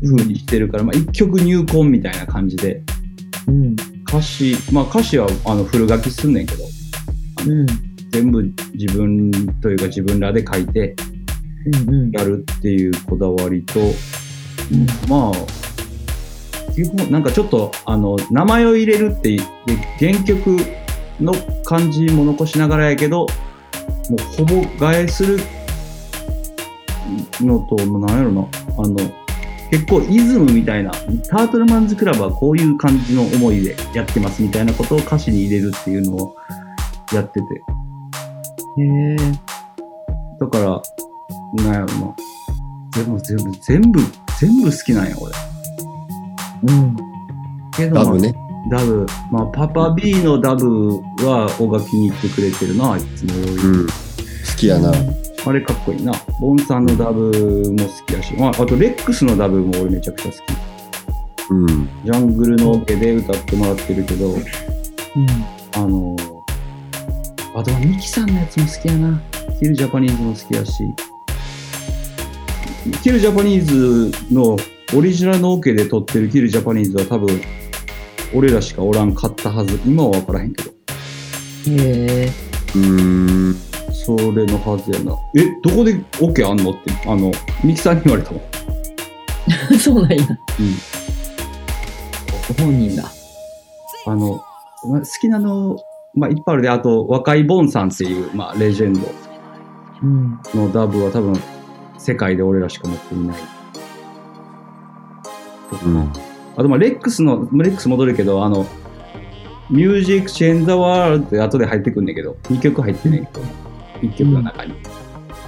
S3: 風にしてるから、まあ、1曲入魂みたいな感じで、
S2: うん
S3: 歌詞、まあ歌詞はあのフル書きすんねんけど、
S2: うん
S3: 全部自分というか自分らで書いて
S2: うんうん
S3: やるっていうこだわりと、まあ、基本、なんかちょっと、あの、名前を入れるって、で原曲の感じも残しながらやけど、もうほぼ替えするのと、もうなんやろな、あの、結構イズムみたいな、タートルマンズクラブはこういう感じの思いでやってますみたいなことを歌詞に入れるっていうのをやってて、
S2: へえ
S3: だから、なんやろな、全部、全部、全部、全部好きなんや、俺。
S2: うん
S3: けど
S4: ダブね。
S3: ダブ、まあ、パパ B のダブは大が気に入ってくれてるな、いつもより。
S4: うん。好きやな。
S3: あれかっこいいな。ボンさんのダブも好きやし、まあ、あとレックスのダブも俺めちゃくちゃ好き。
S4: うん。
S3: ジャングルのオケで歌ってもらってるけど、あのあとはミキさんのやつも好きやな。キルジャパニーズも好きやし。キルジャパニーズのオリジナルのオケで撮ってるキルジャパニーズは多分、俺らしかおらんかったはず。今は分からへんけど。
S2: うんへえ
S4: うーん。
S3: それのはずやな。え、どこで OK あんのって、あの、ミキさんに言われたもん。
S2: そうなんや。ご本人だ。
S3: あの、ま好きなの、まあ、いっぱいあるで、あと、若いボンさんっていう、まあ、レジェン
S2: うん。
S3: ドのダブは多分、世界で俺らしか持っていない。
S4: うん。
S3: あと、まあ、レックスの、レックス戻るけど、あの、ミュージックチェンザワールドって後で入ってくんねんけど、2曲入ってんねんけど、1曲の中に。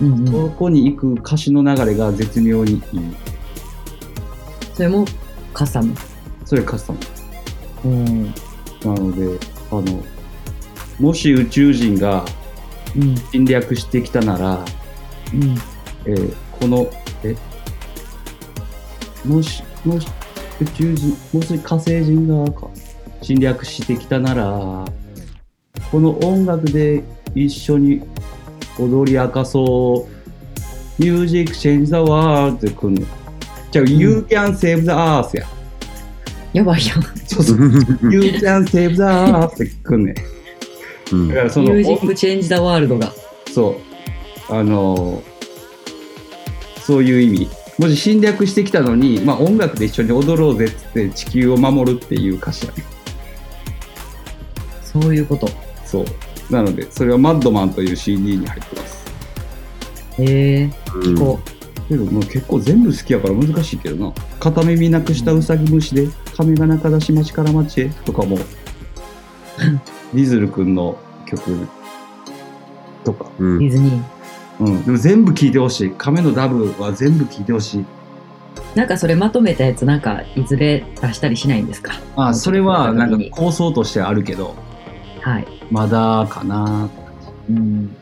S2: うんうん。
S3: そこに行く歌詞の流れが絶妙にいい。
S2: それも、カサム。
S3: それカスタム。
S2: うん。
S3: なので、あの、もし宇宙人が
S2: うん。
S3: 侵略してきたなら、
S2: うん。
S3: えーこの、え、もし、もし、宇宙人、もし火星人側か、侵略してきたなら、この音楽で一緒に踊り明かそう。Music change the world ってくんの。じゃあ、You can save the earth や。
S2: やばいやん。
S3: そうそう。you can save the earth ってくんねん。
S4: うん
S3: だからそ
S2: ミ
S3: の
S2: ュージックチェンジザワールドが。
S3: そう。あのーそういう意味。もし侵略してきたのに、まあ、音楽で一緒に踊ろうぜっつって地球を守るっていう歌詞やね。
S2: そういうこと。
S3: そう。なので、それはマッドマンという CD に入ってます。
S2: へえ、
S4: うん
S2: こ
S3: けどもう結構全部好きやから難しいけどな。片耳なくしたウサギ虫で、髪が中出し町から町へとかも、ディズル君の曲とか。
S4: う
S2: う、
S4: ん
S2: ディズニー。
S3: うん。でも全部聴いてほしい。亀のダブは全部聴いてほしい。
S2: なんかそれまとめたやつ、なんかいずれ出したりしないんですか
S3: まあ、それはなんか構想としてあるけど、
S2: はい。
S3: まだかな
S2: うん。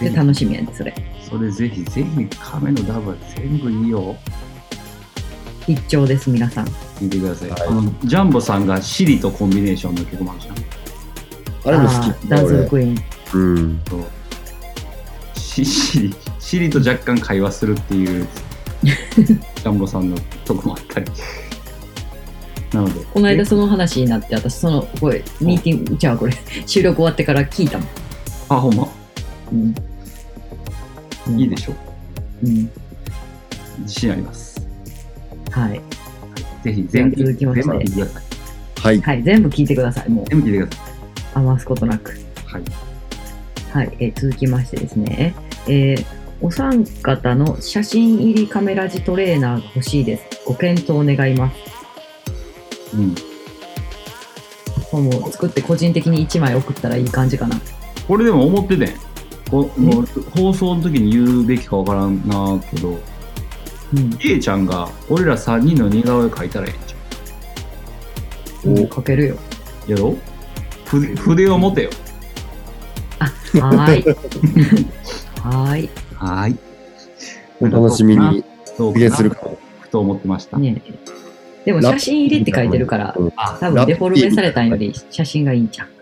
S2: で、楽しみやね、それ。
S3: それぜひぜひ亀のダブは全部いいよ
S2: 必聴です、皆さん。
S3: 聞いてください、
S4: はい
S3: あのジャンボさんがシリとコンビネーションの曲もあるじゃん
S4: あれも好
S2: あ
S4: き
S2: ーダンス
S4: 俺
S2: クイーン。
S4: うん
S3: そうしシリシリと若干会話するっていうジャンボさんのとこもあったりなので
S2: この間その話になって、私、その、これ、ミーティング、じゃあこれ、 収録終わってから聞いたもん。
S3: あほんま
S2: うん。
S3: いいでしょう
S2: うん。
S3: 自信あります
S2: はい。
S3: ぜひ全部
S2: じゃあ続き
S3: 全
S2: ま
S3: 部
S2: して
S3: 聞いてください
S4: はい
S2: はい。全部聞いてください、もう。
S3: 全部聞いてくださ
S2: 余すことなく。
S3: いはい
S2: はい、えー続きましてですね、えーお三方の写真入りカメラ字トレーナーが欲しいです。ご検討願います。
S3: うん
S2: 本を作って個人的に1枚送ったらいい感じかな。
S3: これでも思っててんこもう放送の時に言うべきかわからんなけど
S2: うん。
S3: りえちゃんが俺ら3人の似顔絵描いたらええんちゃ
S2: うん書ける よ。
S3: うやろ筆筆を持てよ
S2: はーい。はー
S3: はーい
S4: お楽しみに
S3: そう
S4: 実現するか
S3: ふと思ってました、
S2: い。ねえでも写真入りって書いてるから、
S4: うん
S3: あ
S2: 多分デフォルメされたんより写真がいいんじゃん。
S4: か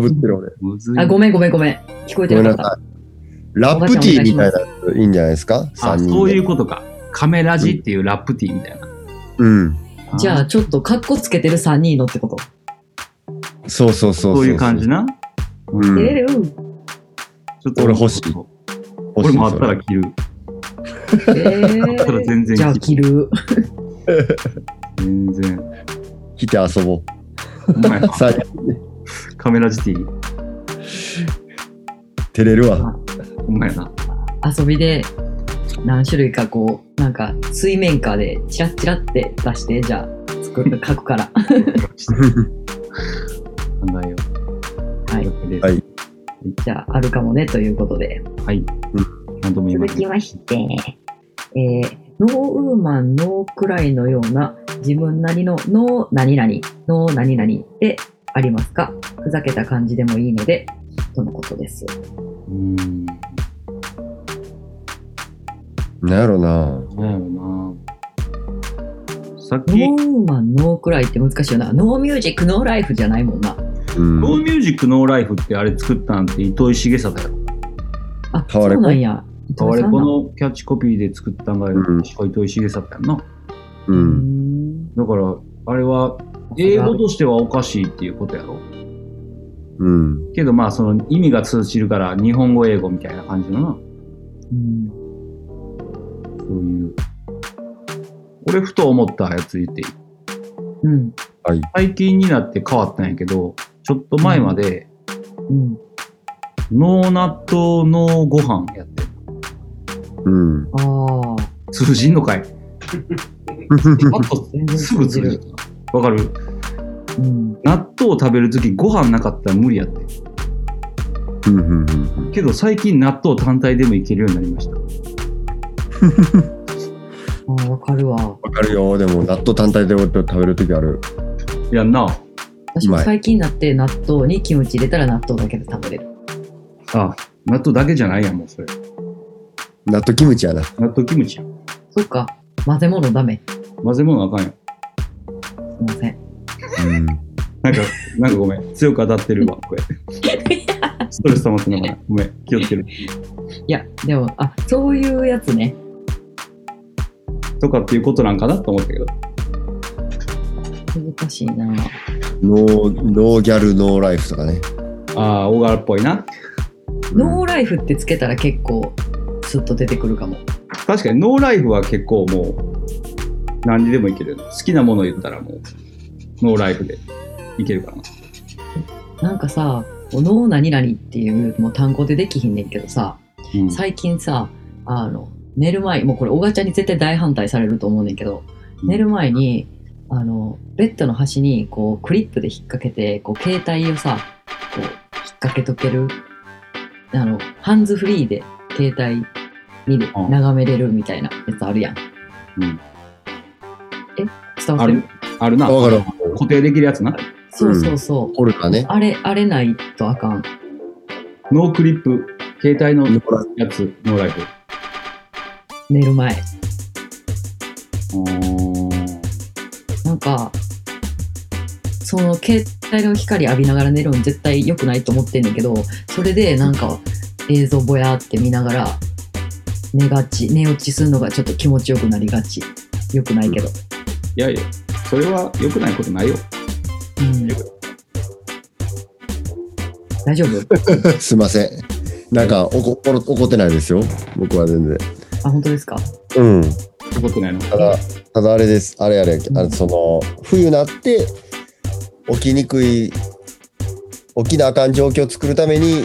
S4: ぶってる俺
S3: むずい
S2: あ、ごめんごめんごめん。聞こえて
S4: ごめん
S2: な
S4: な
S2: かっ
S4: さいラップティーみたいなやついいんじゃないですか
S3: あ
S4: 三人で
S3: そういうことかカメラジっていうラップティーみたいな、
S4: うん
S2: た。じゃあちょっとカッコつけてる3人のってこと。
S4: そうそうそう
S3: そういう感じな
S4: うん
S2: えーうん
S3: ちょっと
S4: 俺欲しい
S3: 俺もあったら
S4: 欲しい
S3: 着る
S2: えー
S3: あったら全然
S2: じゃあ
S3: 着る
S2: 着る。
S3: 全然
S4: それ来て遊ぼう
S3: お前
S4: さ
S3: カメラジティー
S4: 照れるわ
S3: お前な
S2: 遊びで何種類かこうなんか水面下でチラッチラって出してじゃあ作る書くから
S3: 考えよう
S2: はい
S3: 了解です
S4: はい
S2: じゃああるかもねということで
S3: はい。なんとも言いま
S2: 続
S3: せん
S2: きまして、えーノーウーマンノーくらいのような自分なりのノー何々ノー何々ってありますかふざけた感じでもいいのでとのことです
S3: うーん。
S4: なんやろな
S3: そうやろな。さっ
S2: ノ
S3: き、
S2: ーウーマンノーくらいって難しいよなノーミュージックノーライフじゃないもんな
S4: うん
S3: ノーミュージックノーライフってあれ作ったんって糸井重里やろ。
S2: あ
S4: タワレ
S2: そう
S4: コ
S2: なんや伊
S3: あ
S2: 藤
S3: れ
S2: さん
S3: こ
S2: なん
S3: のキャッチコピーで作ったんが、
S4: ん
S3: 確か糸井重里やんな。
S4: う
S2: うんん
S3: だから、あれは、英語としてはおかしいっていうことやろ。
S4: うん
S3: けどまあ、その意味が通じるから、日本語英語みたいな感じのな。
S2: うん
S3: そういう。これ、ふと思ったやつ言っていい
S2: うん。
S3: 最近になって変わったんやけど、ちょっと前まで、
S2: うん。
S3: ノー納豆のご飯やってる
S4: うん
S2: ああ。
S3: 通じんのかいあ
S2: 全
S3: と
S2: 然
S3: すぐ
S2: 通じ
S3: 通じ
S2: る
S3: る。わかる
S2: うん。
S3: 納豆を食べるときご飯なかったら無理やって。
S4: うんうんうん
S3: けど最近納豆単体でもいけるようになりました。
S2: ああ、わかるわ。
S4: わかるよでも納豆単体で俺と食べるときある
S3: やんな。
S2: 私も最近になって納豆にキムチ入れたら納豆だけで食べれる。
S3: あ、納豆だけじゃないやん、もうそれ。
S4: 納豆キムチやな
S3: 納豆キムチやん。
S2: そっか。混ぜ物ダメ。
S3: 混ぜ物あかんやん。
S2: すいません。
S4: うん
S3: なんか、 なんかごめん。強く当たってるわ、これ。ストレス溜まってんのかなごめん。気をつける。
S2: いや、でも、あ、そういうやつね。
S3: とかっていうことなんかなと思ったけど。
S2: 難しいな。
S4: ノー、ノーギャル、ノーライフとかね。
S3: ああ、大柄っぽいな。
S2: ノーライフってつけたら結構、スッと出てくるかも。
S3: 確かにノーライフは結構もう、何にでもいけるよね。好きなもの言ったらもう、ノーライフでいけるからな。
S2: なんかさ、こうノー何々っていうもう単語でできひんねんけどさ、
S3: うん
S2: 最近さ、あの、寝る前、もうこれ、おがちゃんに絶対大反対されると思うねんけど、寝る前に、あの、ベッドの端に、こう、クリップで引っ掛けて、こう、携帯をさ、こう、引っ掛けとける、あの、ハンズフリーで、携帯見る
S3: う、ん
S2: 眺めれるみたいなやつあるやん。
S3: うん
S2: え伝わっ
S3: あ
S2: て
S3: る
S2: る
S3: あるな。
S4: わかる
S3: 固定できるやつな。
S2: そうそうそう。
S4: ホルダーね。
S2: あれ、あれないとあかん。
S3: ノークリップ、携帯の
S4: ノーライ
S3: やつ、ノーライフ。
S2: 寝る前。
S3: うーん
S2: なんか、その携帯の光浴びながら寝るの絶対良くないと思ってんだけど、それでなんか映像ぼやーって見ながら寝がち、寝落ちするのがちょっと気持ちよくなりがち。良くないけど。
S3: いやいや、それは良くないことないよ。
S2: うん。大丈 夫
S4: フすいません。なんか、おこ、おこ怒ってないですよ。僕は全然。
S2: あ、本当ですか
S4: うん。
S3: 良くないの。
S4: ただ、ただあれです。あれあれ、あのその、冬なって、起きにくい、起きなあかん状況を作るために、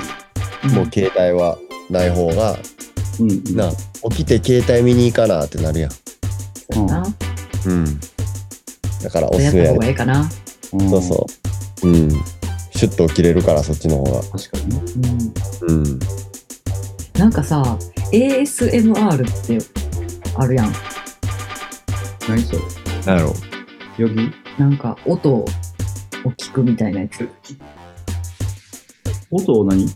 S4: もう携帯はない方が、
S3: うん、うん
S4: な、起きて携帯見に行かなってなるやん。
S3: うん
S2: な
S4: うん。だから、お
S2: やっ
S4: すすめ
S2: た
S4: や
S2: 方が
S4: ね。
S2: いいかな。
S3: うん
S4: そうそう。うん。シュッと起きれるから、そっちの方が。
S3: 確かにね。
S2: うん。
S4: うん。
S2: なんかさ、ASMR ってあるやん。
S3: 何それ
S4: なるほ
S3: ヨギ
S2: なんか音を聞くみたいなや つ。
S3: 音を何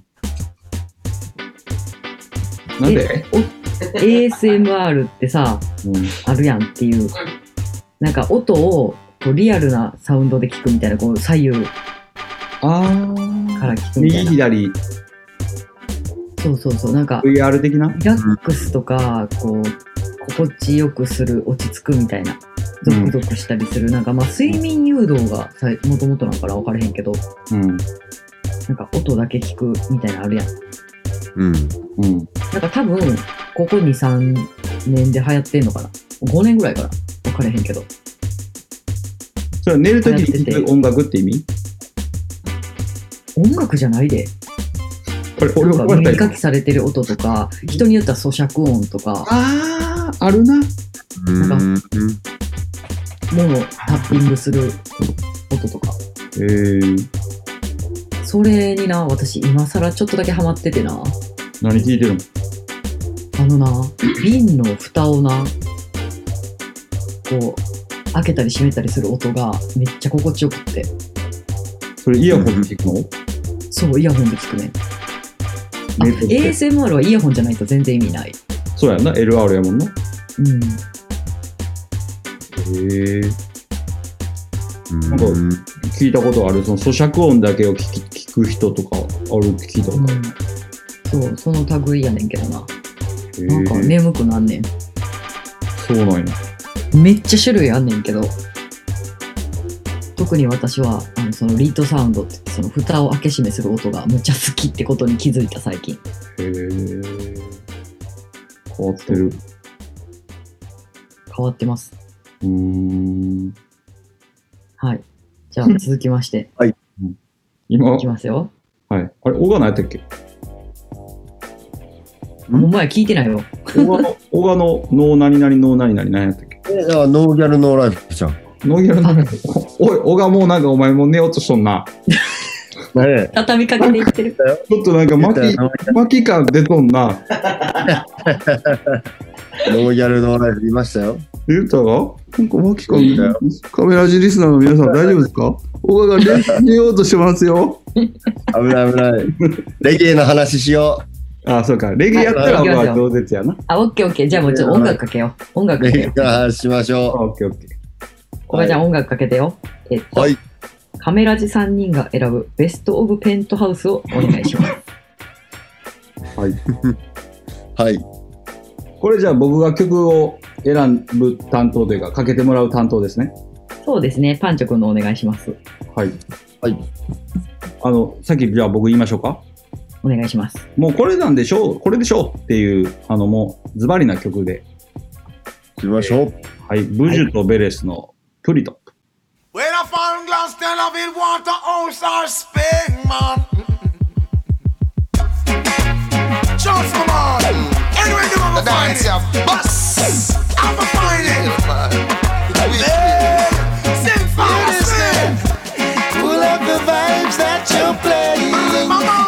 S3: なんで、
S2: お ASMR ってさ
S3: うん、
S2: あるやんっていうなんか音をこうリアルなサウンドで聞くみたいなこう左右か
S3: あ
S2: ら
S3: あ。
S2: 聞くみたい
S3: 右
S2: な
S3: 左
S2: そうそうそうなんか
S3: VR 的な
S2: リラックスとかこう心地よくする落ち着くみたいなゾクゾクしたりする、なんかまあ睡眠誘導がさもともとなんから分からへんけど
S3: うん。
S2: なんか音だけ聞くみたいなのあるやん
S4: うん。
S3: うん。
S2: なんか多分ここ23年で流行ってんのかな5年ぐらいかな分からへんけど
S3: それは寝るときに
S2: やって
S3: 聞
S2: て
S3: く音楽って意味
S2: 音楽じゃないで
S3: これ、俺
S2: なん
S3: は
S2: か
S3: これ
S2: 耳かきされてる音とか、人によっては咀嚼音とか、
S3: ああ、あるな。
S4: うん。
S2: 物をタッピングする音とか、
S3: えー、
S2: それにな、私今更ちょっとだけハマっててな、
S3: 何聞いてるの
S2: あの な、瓶の蓋をな、こう、開けたり閉めたりする音がめっちゃ心地よくって、
S3: それイヤホンで聞くの、
S2: そう、イヤホンで聞くね。あ、
S3: 寝る時って
S2: ASMR はイヤホンじゃないと全然意味ない。
S3: そうやんな、LR やもんな。へ
S2: うん。
S3: え聞いたことある、その咀嚼音だけを聞き聞く人とか、あるって聞いたことある。
S2: そう、その類やねんけどな。
S3: へ
S2: なんか
S3: ー
S2: 眠くなんねん。
S3: そうなんや。
S2: めっちゃ種類あんねんけど特に私はあのそのリートサウンドって言ってその蓋を開け閉めする音がむっちゃ好きってことに気づいた最近
S3: へえ。変わってる。う
S2: 変わってます
S3: ーん。
S2: はいじ ゃあ続きまして
S3: 今
S2: いき、ますよ
S3: はい。あれ、小川何やったっけ
S2: お前聞いてないよ
S3: 小川の、小川の、脳何々脳何々何やったっけ
S4: え、だからノーギャル、ノーライフじゃん。
S3: ノーギャルの、おい、小川もうなんかお前もう寝ようとしとんな。
S4: ね
S2: 畳みかけていってる
S3: ちょっとなんか
S4: ノ
S3: 巻
S4: ーギ
S3: き、巻き感出とんな。
S4: ャル、ノーライフいましたよ。
S3: データがなんかマキかみたいな。カメラジリスナーの皆さん大丈夫ですか小川が練習寝ようとしてますよ。
S4: 危ない危ない。レゲエの話しよ
S3: あそうか。レゲエやったらまあ同絶やな。
S2: あオッケーオッケーじゃあもうちょっと音楽かけよう音
S4: う。
S2: 楽
S4: レ
S2: か
S4: ゲ
S2: け
S4: エ
S2: よ
S4: の話しまし
S3: あ
S4: ょ
S3: オッケーオッケー。
S2: うおばちゃん音楽かけてよえっ
S4: う。
S2: と
S4: はい。
S2: カメラジ3人が選ぶベストオブペントハウスをお願いし ます。
S4: はい。
S3: これじゃあ僕が曲を選ぶ担当というか、かけてもらう担当ですね。
S2: そうですね、パンチョ君のお願いします。
S3: はい。
S4: はい。
S3: あの、さっきじゃあ僕言いましょうか。
S2: お願いします。
S3: もうこれなんでしょう、これでしょうっていう、あのもうズバリな曲で、
S4: 行きましょう。
S3: はい、ブジュとベレスのプリト。
S6: Where a foreign glass tell of it, water, house or Spain, man. Shots, come on. Anyway, you
S1: The
S6: gonna find
S1: dance
S6: it.
S1: ya bust.
S6: I'ma find it. Yeah. Sing for us, man.
S1: Pull up the vibes that you're playing.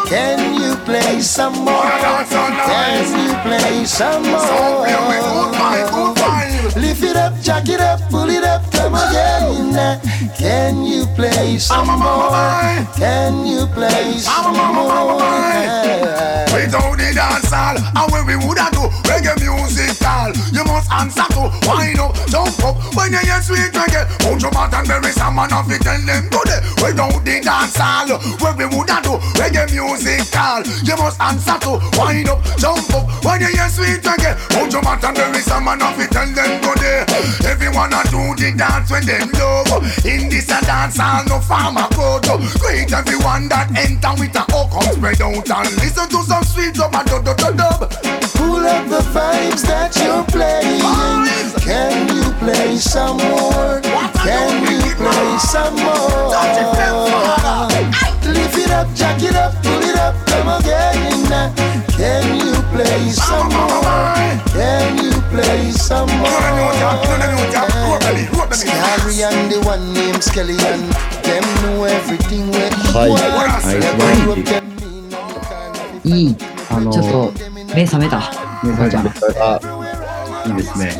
S1: Can you play some more?
S6: Dance on the
S1: Can
S6: waves.
S1: you play some
S6: So
S1: more?
S6: real, we
S1: Oh,
S6: good vibe, good vibe.
S1: Lift it up, jack it up, pull it up, come again. Can you play some
S6: I'm a mama
S1: more?
S6: boy.
S1: Can you play
S6: I'm
S1: some
S6: a mama,
S1: oh,
S6: mama,
S1: more?
S6: boy. We don't need dance hall, and when we woulda do reggae music all, you must answer to wind up, jump up. When you hear sweet reggae, punch your bat and bury some man off it, tell them to the. We don't need dance hall, when we woulda do reggae music all, you must answer to wind up, jump up. When you hear sweet reggae, punch your bat and bury some man off it, tell them to the. Everyone a do the dance when them love. In this a dance hall, no farmer go to. Greet everyone that enter with a hook, come spread out and listen to some sweet dub and dub dub dub dub.
S1: Pull up the vibes that you're playing.
S6: Vibes.
S1: Can you play some more?
S6: What a
S1: Can you
S6: wicked
S1: play
S6: man.
S1: some more?
S6: Touch it, them father.
S1: Lift it up, jack it up, pull it up, come again. Can you play some more? Can you play some more? Scary and the one named Skeleton. Them know everything where
S4: Hi.
S3: Hi, Swanky.
S2: いい。
S3: あの
S2: ちょっと目覚めた。
S3: 目覚め
S2: ちゃん
S4: あ、
S3: いいですね。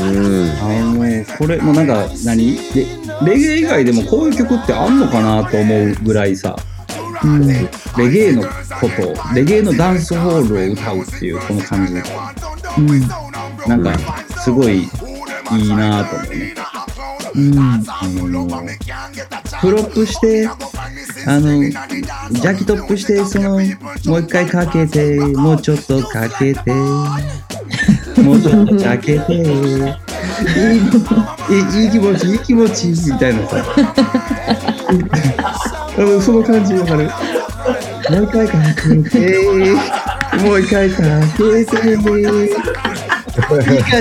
S4: うん。
S3: あのね、これもうなんか何、でレゲエ以外でもこういう曲ってあんのかなと思うぐらいさ、レゲエのこと、レゲエのダンスホールを歌うっていうこの感じ、なんかすごいいいなと思うね。プロップして、あの、ジャキトップして、その、もう一回かけて、もうちょっとかけ て、もうちょっとかけて、いいいいいい気持ち、いい気持ち、みたいなさ。あのその感じわかる。もう一回かけて、もう一回かけて、いい感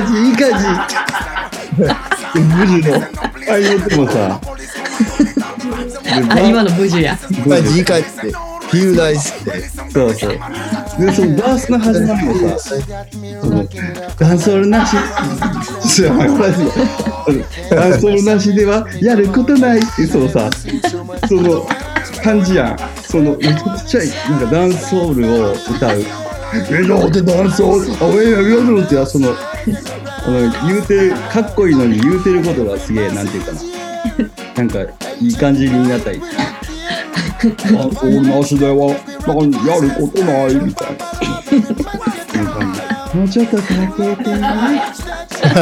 S3: じ、いい感じ。無事の、ああいうでもさ、
S2: あ、今の無事や。
S4: ま次回って、比喩大好きで。
S3: そうそう。で、そのダンスの始まりもさ、そのダンスホールなし、知らないダンスホールなしではやることないって、そのさ、その感じやん。そのめちゃくちゃいなんかダンスホールを歌う。え、なんでダンスホール、あ、ええ、やるのって、その、あの言うてかっこいいのに言うてることがすげえ、なんていうかな。なんかいい感じになったり。あそうなしでは、なんかやることないみたいな。なんかもうちょっとかけて、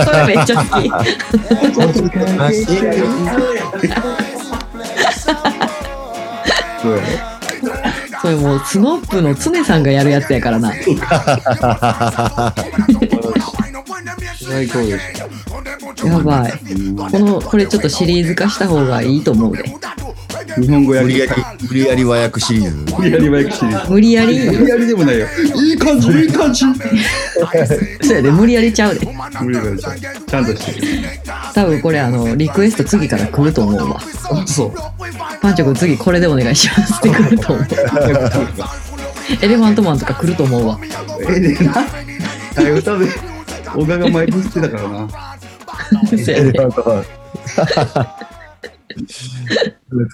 S2: それめっちゃ好き。
S3: もうちょっとかけて。そうやね
S2: それもうスノップの常さんがやるやつやからな。
S3: 最高でし
S2: やばい。この、これちょっとシリーズ化した方がいいと思うで。
S3: 日本語や
S4: 無理
S3: り
S4: やり、無理やり和訳シリーズ。
S3: 無理やりバイクシリーズ。
S2: 無理やり、
S3: 無理やりでもないよ。いい感じ、いい感じ。
S2: そうやで、無理やりちゃうで。
S3: 無理やりちゃんちゃんとして
S2: 多分これあの、リクエスト次から来ると思うわ。
S3: る。そう。
S2: パンチョ君次これでお願いしますって来ると思う。エレファントマンとか来ると思うわ。
S3: ええねんな。はい、歌で。小川がマイクしてたからな。
S2: そうやで。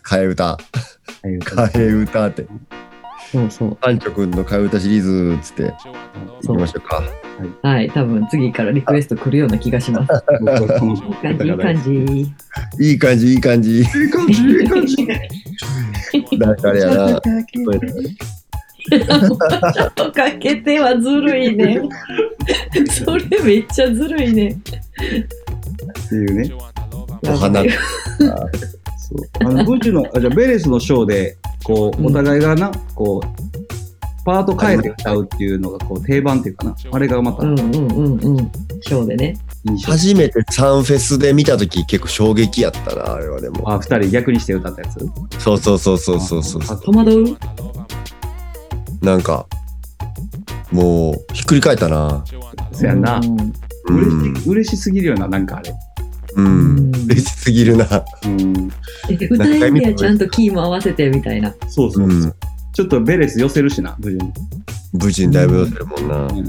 S4: 替え歌。
S3: はい、歌
S4: 替え歌って。
S2: そうそう。
S4: パンチョ君の替え歌シリーズ、つって。行きましょうか。
S2: はい、多分次からリクエスト来るような気がし ます。
S3: 僕はこの
S2: いい感じ、いい感じ。
S4: いい感じ、い
S3: い
S4: い感じ。
S3: い感じ、いい感じ。
S4: 誰誰やな。
S2: かけてはずるい ね。それめっちゃずるいね。
S3: っていうね。
S4: お花。
S3: あのグッチのあじゃあベレスのショーでこうお互いがな、こうパート変えて歌うっていうのがこう定番っていうかなあれがま
S2: う
S3: た
S2: んうんうんうん。ショーでね。
S3: 印象、
S4: 初めてサンフェスで見た時結構衝撃やったな、あれはでも。
S3: あ二人逆にして歌ったやつ
S4: そうそうそうそうそうそう。
S2: 戸惑う
S4: なんか、もう、ひっくり返ったな。
S3: そやな、
S2: う
S4: うん
S3: 嬉し嬉しすぎるようななんかあれ
S4: うん。嬉しすぎるな。
S3: うん
S2: んで歌えんねやちゃんとキーも合わせてみたいな。
S3: そうそうう、
S4: ん。
S3: ちょっとベレス寄せるしな無事に、
S4: 無事にだいぶ寄せるもんな。
S3: うん
S2: うん。
S4: うん。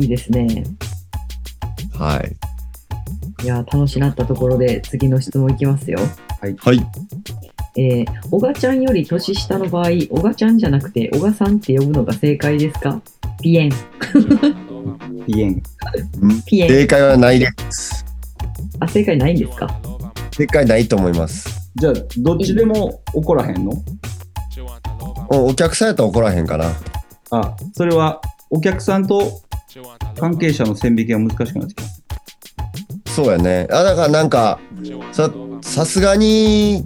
S2: いいですね。
S4: はい。
S2: いやー、楽しなったところで次の質問いきますよ。
S4: はい。
S2: えー、小賀ちゃんより年下の場合、小賀ちゃんじゃなくて小賀さんって呼ぶのが正解ですかピエン。
S3: ピエン
S2: ピエン。
S4: 正解はないです。
S2: あ、正解ないんですか
S4: 正解ないと思います。
S3: じゃあどっちでも怒らへんの
S4: おお客さんやったら怒らへんかな。
S3: あそれはお客さんと関係者の線引きが難しくなってきた
S4: そうやね。あ、だからなんか、さ、さすがに、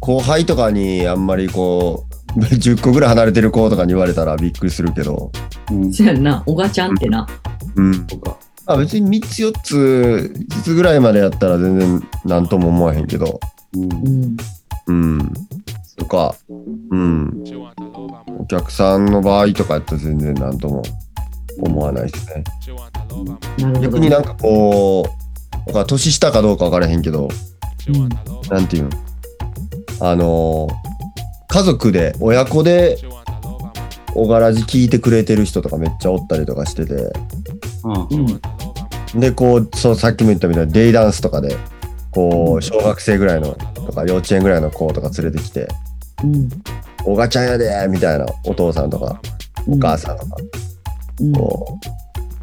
S4: 後輩とかにあんまりこう、10個ぐら い離れてる子とかに言われたらびっくりするけど、
S3: うん
S2: そやんな、小賀ちゃんってな。
S4: うん。
S3: とか
S4: あ別に3つ4つ、5つぐらいまでやったら全然何とも思わへんけど、
S3: うん
S2: うん。
S4: うん。とか、うん。お客さんの場合とかやったら全然何とも思わないですね。
S2: なるほど。
S4: 逆になんかこう、なんか年下かどうか分からへんけど、
S2: うん
S4: なんていうのあのー家族で、親子で、おがらじ聞いてくれてる人とかめっちゃおったりとかしてて、
S3: うん
S2: うん
S4: で、こう、そうさっきも言ったみたいなデイダンスとかで、こう、小学生ぐらいの、とか幼稚園ぐらいの子とか連れてきて、
S2: うん。
S4: おがちゃんやでみたいなお父さんとか、
S2: お
S4: お母さんとか、
S2: うん
S4: こ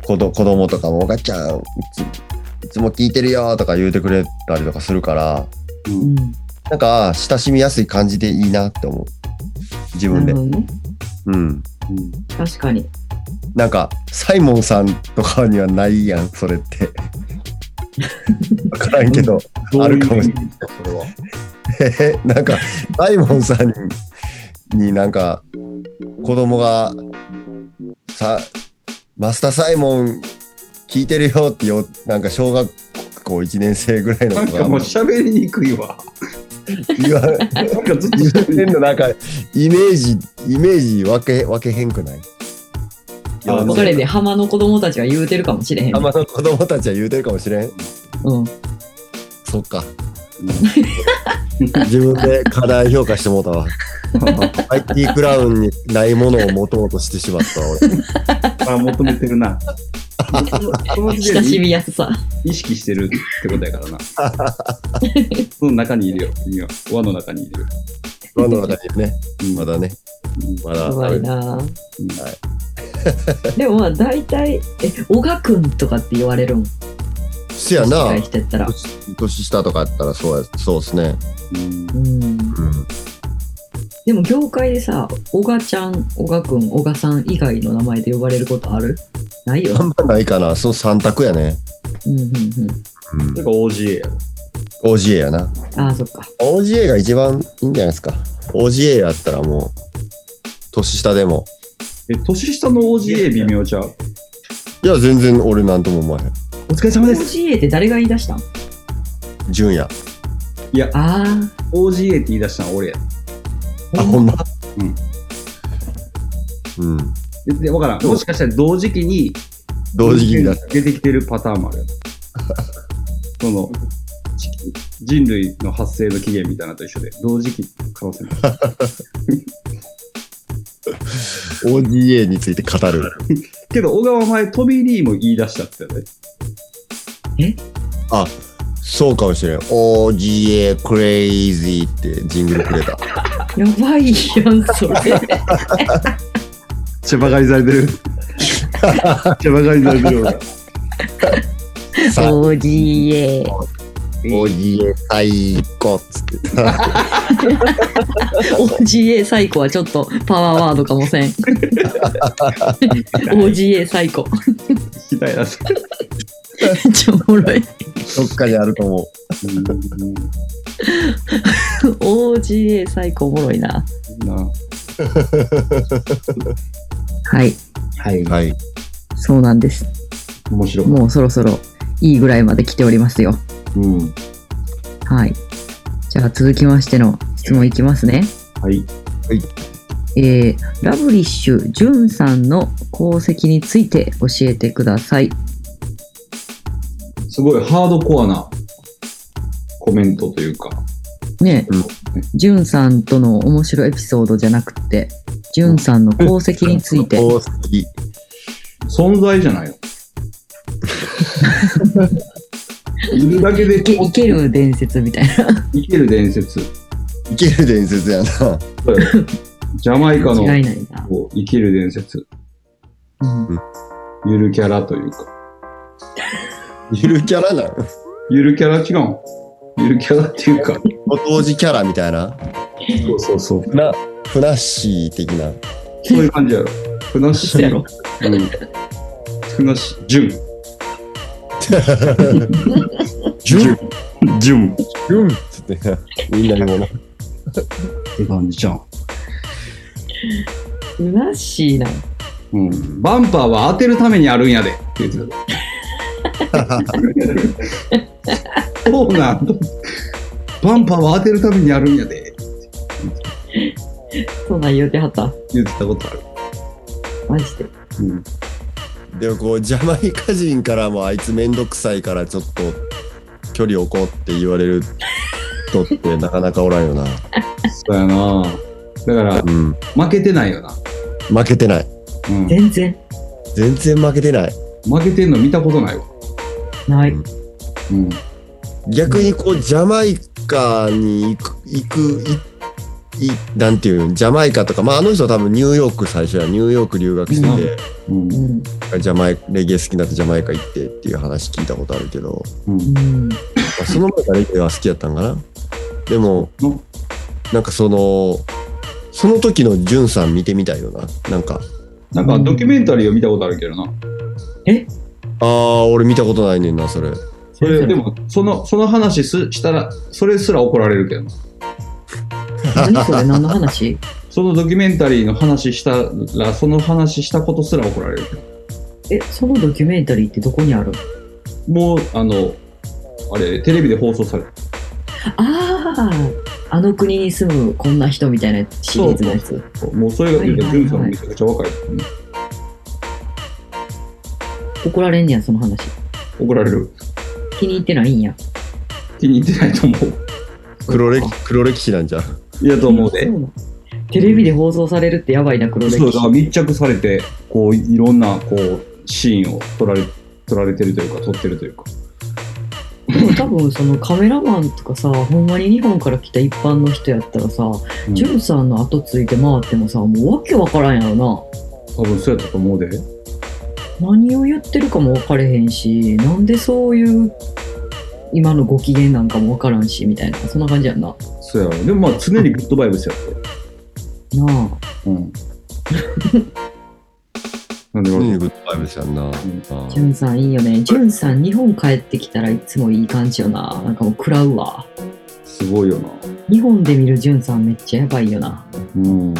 S4: う、子ど子供とかも、おがちゃん、いついつも聞いてるよとか言うてくれたりとかするから、
S2: うん。
S4: なんか、親しみやすい感じでいいなって思う。自分
S2: な
S4: で
S2: るほ。どね。
S4: うん。
S3: うん
S2: 確かに。
S4: なんか、サイモンさんとかにはないやん、それ って。わからんけど、あるかもしれ
S3: ない。それは。
S4: え なんか、サイモンさんに、になんか、子供が、さ、マスターサイモン聞いてるよってよ、なんか小学校1年生ぐらいの
S3: なん
S4: 子
S3: か
S4: が
S3: もう喋りにくいわ。
S4: 言わ
S3: なんかずっと
S4: 言っ
S3: 喋
S4: て
S3: りに
S4: ん
S3: くい。
S4: の、なんか、イメージ、イメージ分け、分けへん くない
S3: あ
S2: 分かれで、浜の子供たちが言うてるかもしれへん。
S4: あんまの子供たちは言うてるかもしれん。
S2: うん。
S4: そっか。自分で課題評価してもうた わ。IT クラウンにないものを持とうとしてしまったわ俺。
S3: あ、求めてる な。その
S2: 親
S3: 時
S2: し
S3: 点で
S2: みやすさ。
S3: 意識してるってことやからな。その中にいるよ。君は輪の中にいるよ。
S4: 今の中にね、
S3: うん
S4: まだね、
S3: うん
S4: ますだ。
S2: ごいな。でもまあ大体、え、小賀くんとかって言われるもん。
S4: せやな、
S2: 返してったら。
S4: 年年下とかやったらそうや、そうですね。
S3: うん
S2: うん。
S4: うん。
S2: でも業界でさ、小賀ちゃん、小賀くん、小賀さん以外の名前で呼ばれることあるないよ
S4: あ。んまないかな、その三択やね。
S2: うんうん
S4: うん
S3: それ。が OGA やろ。
S4: OGA やな。
S2: うん。ああ、そっか。
S4: OGA が一番いいんじゃないですか。OGA やったらもう、年下でも。
S3: え、年下の OGA 微妙ちゃう
S4: いや、全然俺なんとも思わへん。
S3: お疲れ様です。
S2: OGA って誰が言い出したん
S4: 純也。
S3: いや、
S2: あ
S3: OGA って言い出したの俺や。
S2: あ。
S4: あ、ほんま。
S3: うん。
S4: うん。
S3: でで、わからん。もしかしたら同時期に
S4: 同時期に出す。
S3: 出てきてるパターンもあるよなその地人類の発生の起源みたいなのと一緒で同時期可能性もある
S4: OGA について語る。
S3: けど小川前トビー・リーも言い出したって言ったよね
S4: そうかもしれん。OGA クレイジーってジングルくれ た。
S2: やばいやん、それ。
S3: ちゃばかりされて るちゃばかりされてる俺
S4: さ
S2: OGA。
S4: OGA 最高っつって。
S2: OGA 最高はちょっとパワーワードかもせん。OGA 最高。
S3: みたいな
S2: めっちゃおもろい。
S4: どっかにあると思う。
S2: OGA 最高おもろいな。
S3: な
S2: はい、
S3: はい。
S4: はい。
S2: そうなんです。
S3: 面白い。
S2: もうそろそろいいぐらいまで来ておりますよ。
S3: うん。
S2: はい。じゃあ続きましての質問いきますね。
S3: はい。
S2: えーラブリッシュジュンさんの功績について教えてください。
S3: すごいハードコアなコメントというか。
S2: ね
S3: うん
S2: え、ジュンさんとの面白いエピソードじゃなくって、ジュンさんの功績について。
S4: 功績
S3: 存在じ ゃないの。いるだけで
S2: いけいける伝説みたいな。
S3: いける伝説。
S4: いける伝説やな。
S3: ジャマイカの
S2: 違いないな。
S3: こう生きる伝説。
S2: うん
S3: ゆるキャラというか。
S4: ゆるキャラなの
S3: ゆるキャラ違うん。ゆるキャラっていうか。
S4: ご当時キャラみたいな。
S3: そうそうそう。
S4: な、ふなっしー的な。
S3: そういう感じやろ。ふなっし
S2: そうやろ。
S3: うん。ふなっし、じゅん。
S4: ジ
S3: じゅ
S4: ュン、
S3: ん。っ
S4: ジュンっつって な。みんなにもな。
S3: て感じじゃん。
S2: うなっしーな。
S3: うん。バンパーは当てるためにあるんやで。って言ってた。 そうなんだ。バンパーは当てるためにあるんやで。
S2: そんなん言うてはった。
S3: 言ってたことある。
S2: マジで。
S3: うん。
S4: でもこう、ジャマイカ人からもあいつめんどくさいからちょっと距離置こうって言われる人ってなかなかおらんよな。
S3: そうやなだから、
S4: うん。
S3: 負けてないよな。
S4: 負けてない。
S3: うん。
S2: 全然
S4: 全然負けてない。
S3: 負けてんの見たことないわ。
S2: ない。
S3: うん。
S4: 逆にこうジャマイカに行く行くいいなんていうんジャマイカとかまああの人多分ニューヨーク最初やニューヨーク留学してて、
S3: うん
S2: う。ん。
S4: ジャマイレゲエ好きになってジャマイカ行ってっていう話聞いたことあるけど、
S3: う
S2: う
S3: ん。
S2: ん。
S4: まあその前からレゲエは好きやったんかなでも
S3: うん
S4: なんかそのその時のジュンさん見てみたいよななんか
S3: なんかドキュメンタリーを見たことあるけどな。
S4: ああ俺見たことないねんなそれ
S3: それでもそのその話すしたらそれすら怒られるけどな
S2: 何それ何の話
S3: そのドキュメンタリーの話したらその話したことすら怒られるけど
S2: え、そのドキュメンタリーってどこにある
S3: もうあのあれテレビで放送される
S2: あああの国に住むこんな人みたいなシリーズのやつ。
S3: もうそれが
S2: はいはいはい
S3: ジュンさんめちゃくちゃ若いからね
S2: 怒られんねや、その話。
S3: 怒られる
S2: 気に入ってないんや。
S3: 気に入ってないと思う
S4: 黒歴黒歴史なんじゃん
S3: いやと思うで
S2: そうなんテレビで放送されるってやばいな、黒歴
S3: そうだから
S2: 史。
S3: 密着されてこういろんなこうシーンを撮られ撮られてるというか撮ってるというか
S2: 多分そのカメラマンとかさ、ほんまに日本から来た一般の人やったらさ、
S3: うん
S2: ジュンさんの後ついて回ってもさ、もうわけわからんやろな。
S3: 多分そうやったと思うで
S2: 何を言ってるかも分かれへんしなんでそういう今のご機嫌なんかも分からんしみたいなそんな感じやんなな
S3: そうやろでもまあ常にグッドバイブスやって
S2: あ
S3: うん。なんで
S4: 常
S3: 俺、
S4: にグッドバイブスやんな、あ
S2: ジュンさんいいよねジュンさん日本帰ってきたらいつもいい感じよななんかもう食らうわ
S3: すごいよな。
S2: 日本で見るジュンさんめっちゃやばいよな
S3: うん。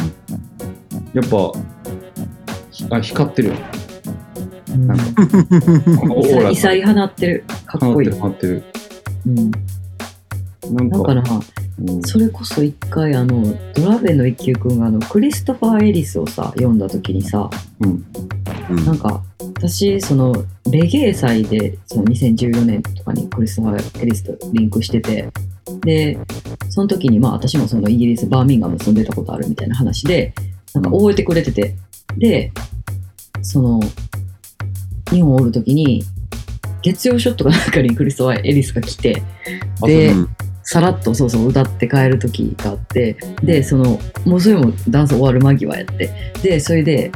S3: やっぱ、ひあ 光ってるよ。
S2: うん
S3: なんかオーラ
S2: 異彩放ってるかっ
S3: 放
S2: こ
S3: っ
S2: い
S3: て
S2: い
S3: る、、放ってる。
S2: うん、
S3: なん
S2: なん
S3: か、
S2: かな
S3: うん
S2: それこそ一回あのドラベの一休君があのクリストファー・エリスをさ読んだ時にさ、
S3: うん。
S4: うん
S2: なんか私そのレゲエ祭でその2014年とかにクリスマー・エリスとリンクしててでその時にまあ私もそのイギリスバーミンガム住んでたことあるみたいな話でなんか覚えてくれててでその日本おる時に月曜ショットかなんかにクリストファー・エリスが来てで
S4: うん
S2: さらっとそうそう歌って帰る時があってでそのもうそれもダンス終わる間際やってでそれで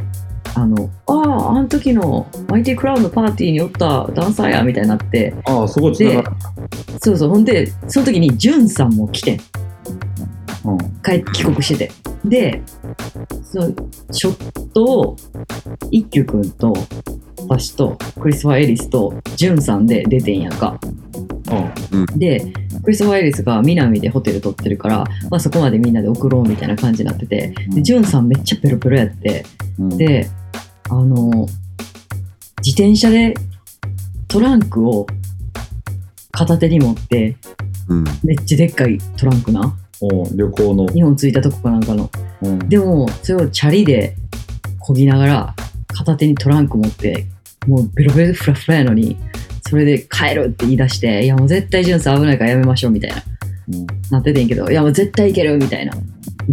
S2: あのあああの時のマイティクラウンのパーティーにおったダンサーやみたいになって
S3: ああ、そこつながる。
S2: そうそうほんでその時にジュンさんも来てん
S3: うん。
S2: 帰帰国しててでそのショットを一休くんと私とクリスファー・エリスとジュンさんで出てんやんか
S3: ああ
S2: でクリス・ワイリスが南でホテル取ってるから、まあ、そこまでみんなで送ろうみたいな感じになっててでジュンさんめっちゃペロペロやって
S3: うん
S2: であの自転車でトランクを片手に持って
S4: うん。
S2: めっちゃでっかいトランクな
S3: おう旅行の。
S2: 日本着いたとこかなんかの
S3: うん
S2: でもそれをチャリで漕ぎながら片手にトランク持ってもうベロベロでフラフラやのにそれで帰るって言い出していやもう絶対ジュンさん危ないからやめましょうみたいな
S3: うん
S2: なっててんけどいやもう絶対いけるみたいな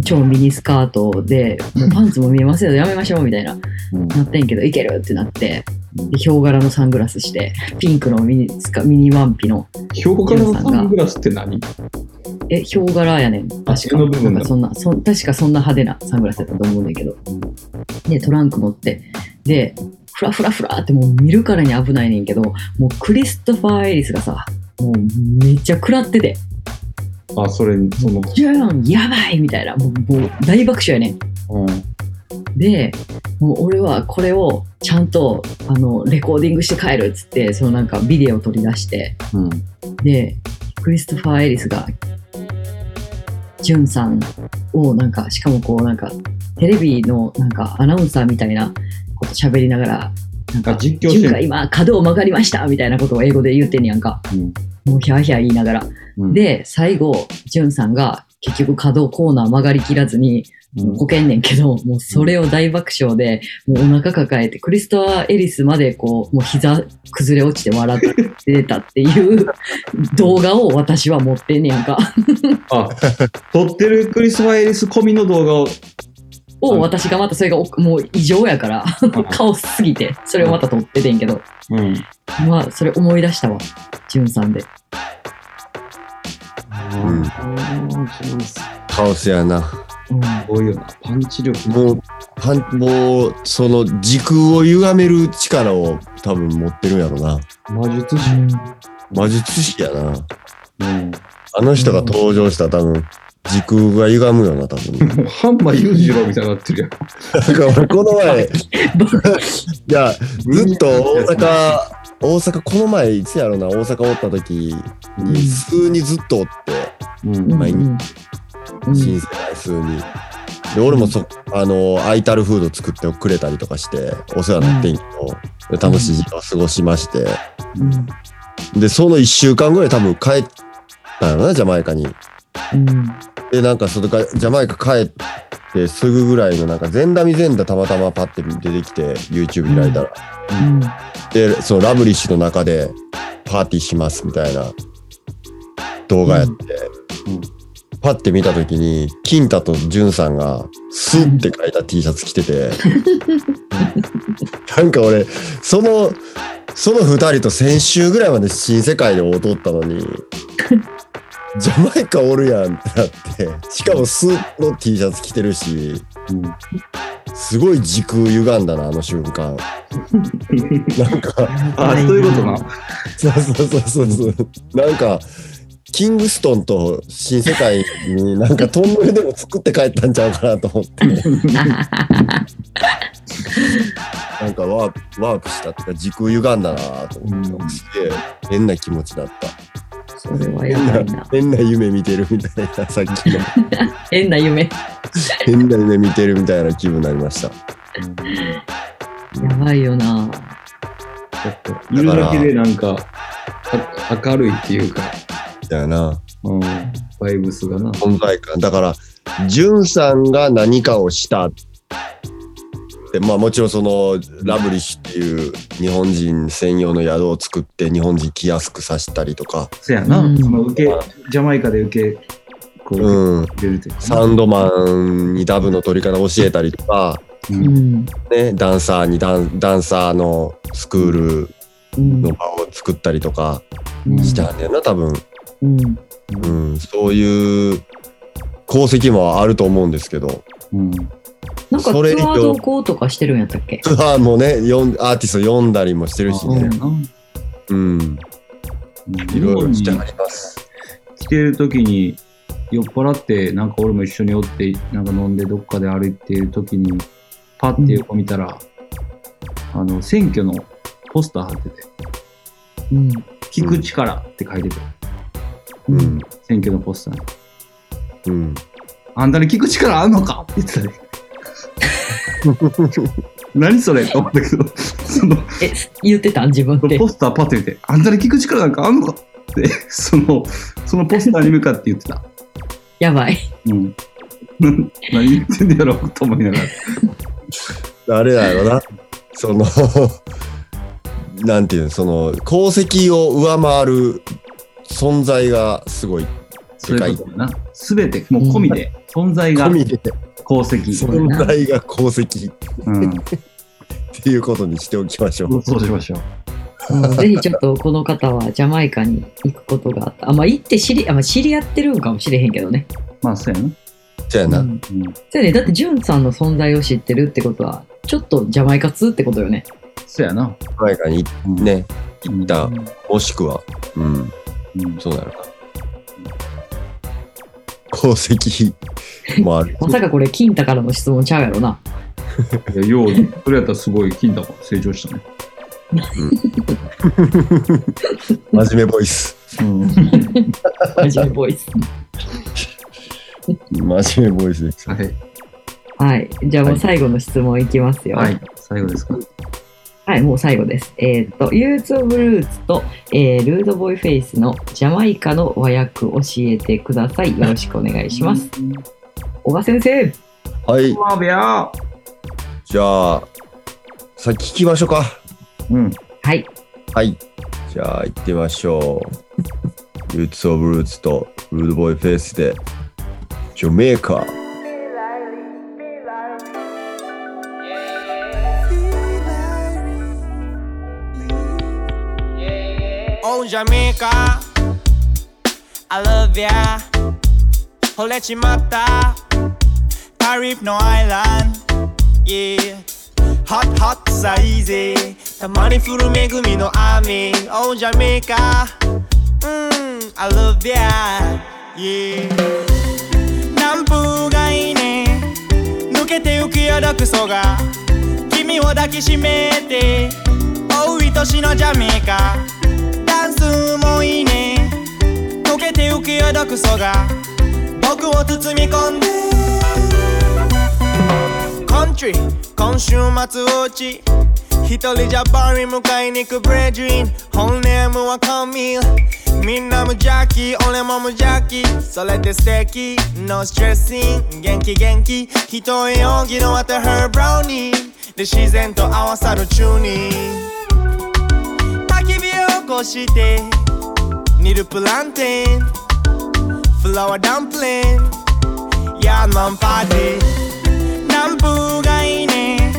S2: 超ミニスカートでもうパンツも見えますよやめましょうみたいな
S3: うん
S2: なってんけどいけるってなって
S3: うん
S2: でヒョウ柄のサングラスしてピンクのミニスカミニワンピの
S3: 標高からのサングラスって何
S2: えヒョウ柄やねん確
S3: あそ
S2: か
S3: の部分だ
S2: なんかそんなそん確かそんな派手なサングラスだったと思うんだけどでトランク持ってでフラフラフラってもう見るからに危ないねんけどもうクリストファー・エリスがさもうめっちゃ食らってて
S3: あ、それ、その、
S2: 「ジューンやばい!」みたいなもうもう大爆笑やねん
S3: うん。
S2: でもう俺はこれをちゃんとあのレコーディングして帰るっつってそのなんかビデオを取り出して
S3: うん。
S2: でクリストファー・エリスがジュンさんをなんかしかもこうなんかテレビのなんかアナウンサーみたいなこと喋りながらなん
S3: あ、
S2: か
S3: 実況し
S2: ジ
S3: て
S2: ュンが
S3: る。
S2: 今角を曲がりましたみたいなことを英語で言ってんねやんか
S3: うん
S2: もうヒャーヒャー言いながら
S3: うん、
S2: で最後ジュンさんが結局角をコーナー曲がりきらずに
S3: うん
S2: こけんねんけど、もうそれを大爆笑で、もうお腹抱えて、クリストワー・エリスまでこう、もう膝崩れ落ちて笑ってたっていう動画を私は持ってんねやんか。
S3: あ、撮ってるクリス・ワイリス込みの動画を、
S2: を私がまたそれがおもう異常やから、顔すぎて、それをまた撮っててんけど、
S3: うん。
S2: まあそれ思い出したわ、ジュンさんで。
S4: うん
S3: す
S4: カオスやな。
S2: うん
S3: ごいよな。パンチ力
S4: もう、パンもう、その時空を歪める力を多分持ってるんやろな。
S3: 魔術師。
S4: 魔術師やな。
S3: うん。
S4: あの人が登場したら多分、時空が歪むよな、多分。
S3: もう、ハンマ裕次郎みたいになってるやん。
S4: だから俺この 前、いや、ずっと大阪、大阪、この前、いつやろな、大阪おった時
S2: うん
S4: に、数にずっとおって、
S3: うん。
S2: うん
S4: 毎日
S2: うん
S4: 新世代数に。で、俺もそ、あの、アイタルフード作ってくれたりとかして、お世話になってんけど、で楽しい時間を過ごしまして、
S2: うん
S4: で、その一週間ぐらい多分帰ったよな、ジャマイカに。
S2: うん
S4: で、なんか、それから、ジャマイカ帰ってすぐぐらいの、なんか、全ダミ全ダたまたまパッて出てきて、YouTube 開いたら。
S2: うん
S4: で、そのラブリッシュの中で、パーティーしますみたいな動画やって、
S3: うんうん
S4: パッて見たときに、金太とジュンさんが、スッって書いた T シャツ着て て、なんか俺、その、その二人と先週ぐらいまで新世界で会うとったの に、ジャマイカおるやんってなって、しかもスッの T シャツ着てるし、
S3: うん
S4: すごい時空歪んだな、あの瞬間。なんか、
S3: あ、そういうことな。
S4: そうそうそうそうそう。なんか、キングストンと新世界になんかトンネルでも作って帰ったんちゃうかなと思って、なんかワープワープしたっていうか、時空歪んだなと思って、すげえ変な気持ちだった。
S2: それはやばいな。
S4: 変な夢見てるみたいな、さっきの。
S2: 変な夢。
S4: 変な夢見てるみたいな気分になりました。
S2: やばいよな。
S3: いるだけでなんか、は明るいっていうか、
S4: だよな、
S3: うん。バイブスがな。
S4: 存在感。だから、ジュンさんが何かをしたって、まあもちろんその、ラブリッシュっていう日本人専用の宿を作って日本人来やすくさせたりとか、
S3: そやな。
S2: うん
S3: その受け、ジャマイカで受け、こう、
S4: うん、
S3: 出るっていうか
S4: サウンドマンにダブの取り方教えたりとか、
S3: うん
S2: うん。
S4: ね、ダンサーにダンダンサーのスクール
S2: うん
S4: の。場を作ったりとか
S2: うん
S4: したんだよな多分、
S2: うん。
S4: うん、そういう功績もあると思うんですけど
S3: うん。
S2: なんか
S4: そ
S2: ツ
S4: れ以上
S2: アー同行とかしてるんやったっけ
S4: ツアーもねよんアーティスト読んだりもしてるし
S3: あそうや
S4: ね、
S3: なうん
S4: うん、いろいろしてあります。
S3: 来てる時に酔っ払ってなんか俺も一緒におってなんか飲んでどっかで歩いてる時にパッて横見たら、あの選挙のポスター貼ってて
S2: うん。
S3: 「聞く力」って書いてて、
S4: うん。
S3: 選挙のポスターに
S4: うん。
S3: あんたに聞く力あんのかって言ってたね。何それと思ったけど、その、
S2: え、言ってたん自分で。
S3: ポスターパッて見て、あんたに聞く力なんかあんのかって、その、そのポスターに向かって言ってた。
S2: やばい。
S3: うん。何言ってんだやろうと思いながら。
S4: あれだろうな。 その、なんていうの、その、功績を上回る存在がすごい。
S3: そういうことだな。すべて、もう込みで、存在が
S4: 込みで、
S3: 功績。
S4: 存在が功績っ
S3: うん。
S4: ていうことにしておきましょう。
S3: そうしましょう。
S2: うんぜひちょっとこの方はジャマイカに行くことがあった。あ、まあ、行って知り、あ、まあ、知り合ってるんかもしれへんけどね。
S3: まあ、そうやな。
S4: じゃあ
S2: う
S4: な。
S2: ん。
S3: うん。
S2: そうやね。だって、ジュンさんの存在を知ってるってことは、ちょっとジャマイカ通ってことよね。
S3: そうやな。
S4: 前かに
S3: うん。
S4: ね、
S3: う
S4: 行
S3: ん
S4: った、もしくは、うん、
S3: うん
S4: そうなのか。功績も ある。
S2: まさかこれ、金太からの質問ちゃうやろな。
S3: いや、よう、それやったらすごい金太が成長したね。
S4: 真面目ボイス。
S3: うん。
S2: マジでボイス。
S4: 真面目ボイスです。
S3: はい。
S2: はい。じゃあもう最後の質問いきますよ。
S3: はい。最後ですか。
S2: はい、もう最後です。えーっと、ユーツ・オブ・ルーツと、えールード・ボーイ・フェイスのジャマイカの和訳教えてください。よろしくお願いします。 小川先生、
S4: はい、
S3: ワーベア
S4: じゃあ、さっき聞きましょうか。
S3: うん。
S2: はい、
S4: はい。じゃあ、行ってみましょう。 ルーツ・オブ・ルーツとルード・ボーイ・フェイスで、ジョメーカー。
S5: Oh Jamaica, I love ya. Holechimata, Carib no island, yeah. Hot hot size, たまに降る恵みの雨。Oh Jamaica, mm, I love ya, yeah. 南部がいいね、抜けてゆくよ毒素が。君を抱きしめて、おう愛しのジャメイカ。ダンスもいいね溶けてゆくよ毒素が僕を包み込んで Country 今週末おうち一人じゃバーに迎えに行くブレジン本ネームはカミルみんな無邪気俺も無邪気それって素敵 No stressing 元気元気人へ容疑の What a her brownie で自然と合わさるチューニング焚き火を起こして煮るプランテンフラワーダンプリンヤーマンパーティー南風がいいね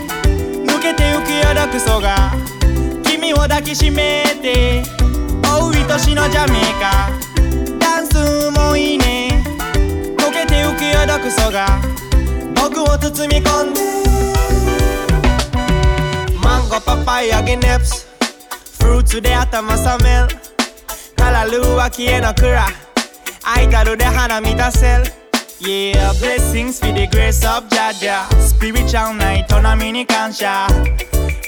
S5: 抜けてゆくよ毒素が君を抱きしめておう愛しのジャメイカダンスもいいね溶けてゆくよ毒素が僕を包み込んでマンゴーパパイヤゲネプスフルーツで頭冷めるカラルーは消えのくらアイタルで花満たせる Yeah, blessings with the grace of Jaja Spiritual night 営みに感謝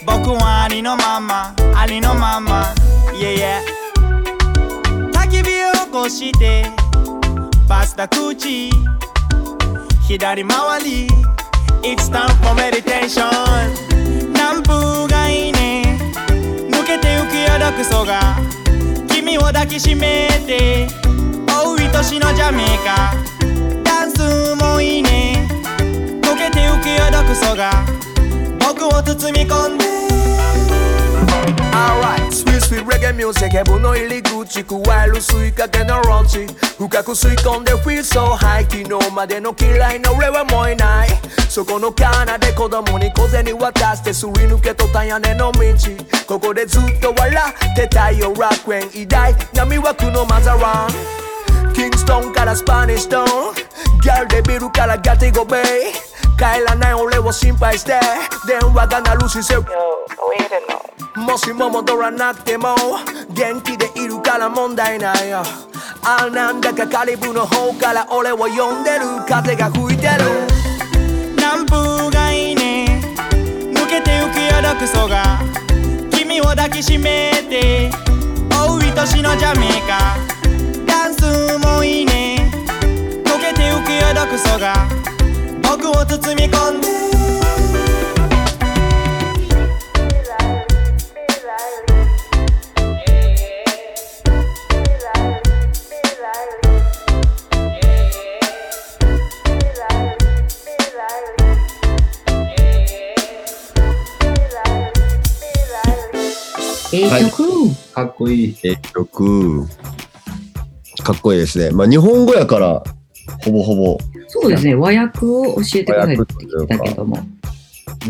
S5: 僕はありのままありのまま Yeah, yeah 焚き火を起こしてパスタ口左回り It's time for meditation 南風がいいね抜けてゆくよ毒素が君を抱きしめておう愛しのジャメイカダンスもいいね溶けてゆくよ毒素が僕を包み込んで
S6: Alright, sweet sweet reggae music, ebuno ili guchi kuwairu suika genorochi Fukaku suikonde feel so high 昨日までの嫌いな俺はもういないそこのカーナで子供に小銭渡してすり抜けとった屋根の道ここでずっと笑ってたよ楽園偉大な魅惑のマザランキングストーンからスパニッシュトーンギャルデビルからガティゴベイ帰らない俺を心配して電話が鳴るしせもしも戻らなくても元気でいるから問題ないよああなんだかカリブの方から俺を呼んでる風が吹いてる
S5: 南風がいいね抜けてゆくよ毒素が君を抱きしめておう愛しのジャメイカダンスルもいいね溶けて浮くよ毒素が僕を包み込んで
S2: A
S4: はい
S2: 曲、
S3: かっこいい。
S4: え曲かっこいいですね。まあ、日本語やから、ほぼほぼ。
S2: そうですね、和訳を教えてくれってきたけども、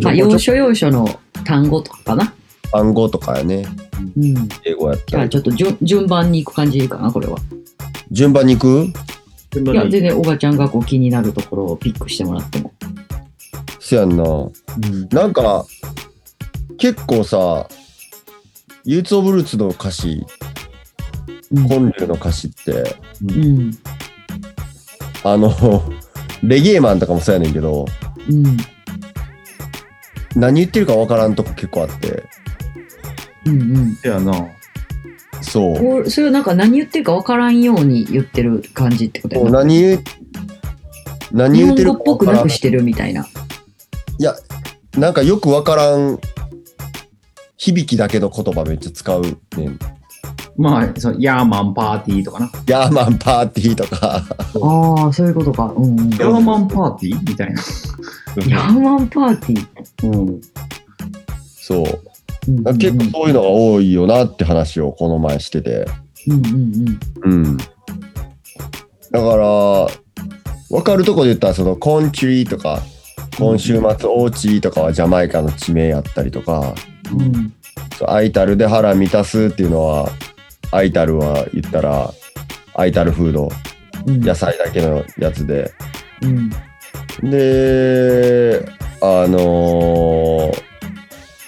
S2: まあ、要所要所の単語とかかな。
S4: 単語とかやね。
S2: うん。じ
S4: 英語やった
S2: ゃ
S4: ら
S2: あちょっと順順番に行く感じかな、これは。
S4: 順番に行く
S2: いや、全然、おばちゃんがこう気になるところをピックしてもらっても。
S4: せやんな。なんか、結構さ、ユーツ・オブ・ルーツの歌詞、
S2: うん。
S4: 本流の歌詞って、
S2: うん。
S4: あの、 レゲエマンとかもそうやねんけど、
S2: うん。
S4: 何言ってるかわからんとこ結構あって、
S2: うんうん
S3: せやな。
S4: そう。
S2: こうそれはなんか何言ってるか分からんように言ってる感じってこと
S4: も
S2: や
S4: う
S2: な。
S4: 何言う、何
S2: 日
S4: 言っ
S2: 本
S4: てる
S2: 語
S4: か
S2: っぽ
S4: わ
S2: く
S4: か
S2: な
S4: らん
S2: く。してるみたいな。
S4: なんかよくわからん、響きだけの言葉めっちゃ使うねん。
S3: まあ、そのヤーマンパーティーとかな。
S4: ヤーマンパーティーと か、
S2: ああ、そういうことか。うんうん。
S3: ヤーマンパーティーみたいな。
S2: ヤーマンパーティー。
S3: うん。
S4: そう。
S2: うんうんうん
S4: 結構そういうのが多いよなって話をこの前してて。
S2: うんうんうん。
S4: うん。だから、分かるとこで言ったら、その、コンチュリーとか、今週末、オーチーとかはジャマイカの地名やったりとか、
S2: うん
S4: そうアイタルで腹満たすっていうのは、アイタルは言ったら、アイタルフード、
S2: うん
S4: 野菜だけのやつで。
S2: うん
S4: で、あのー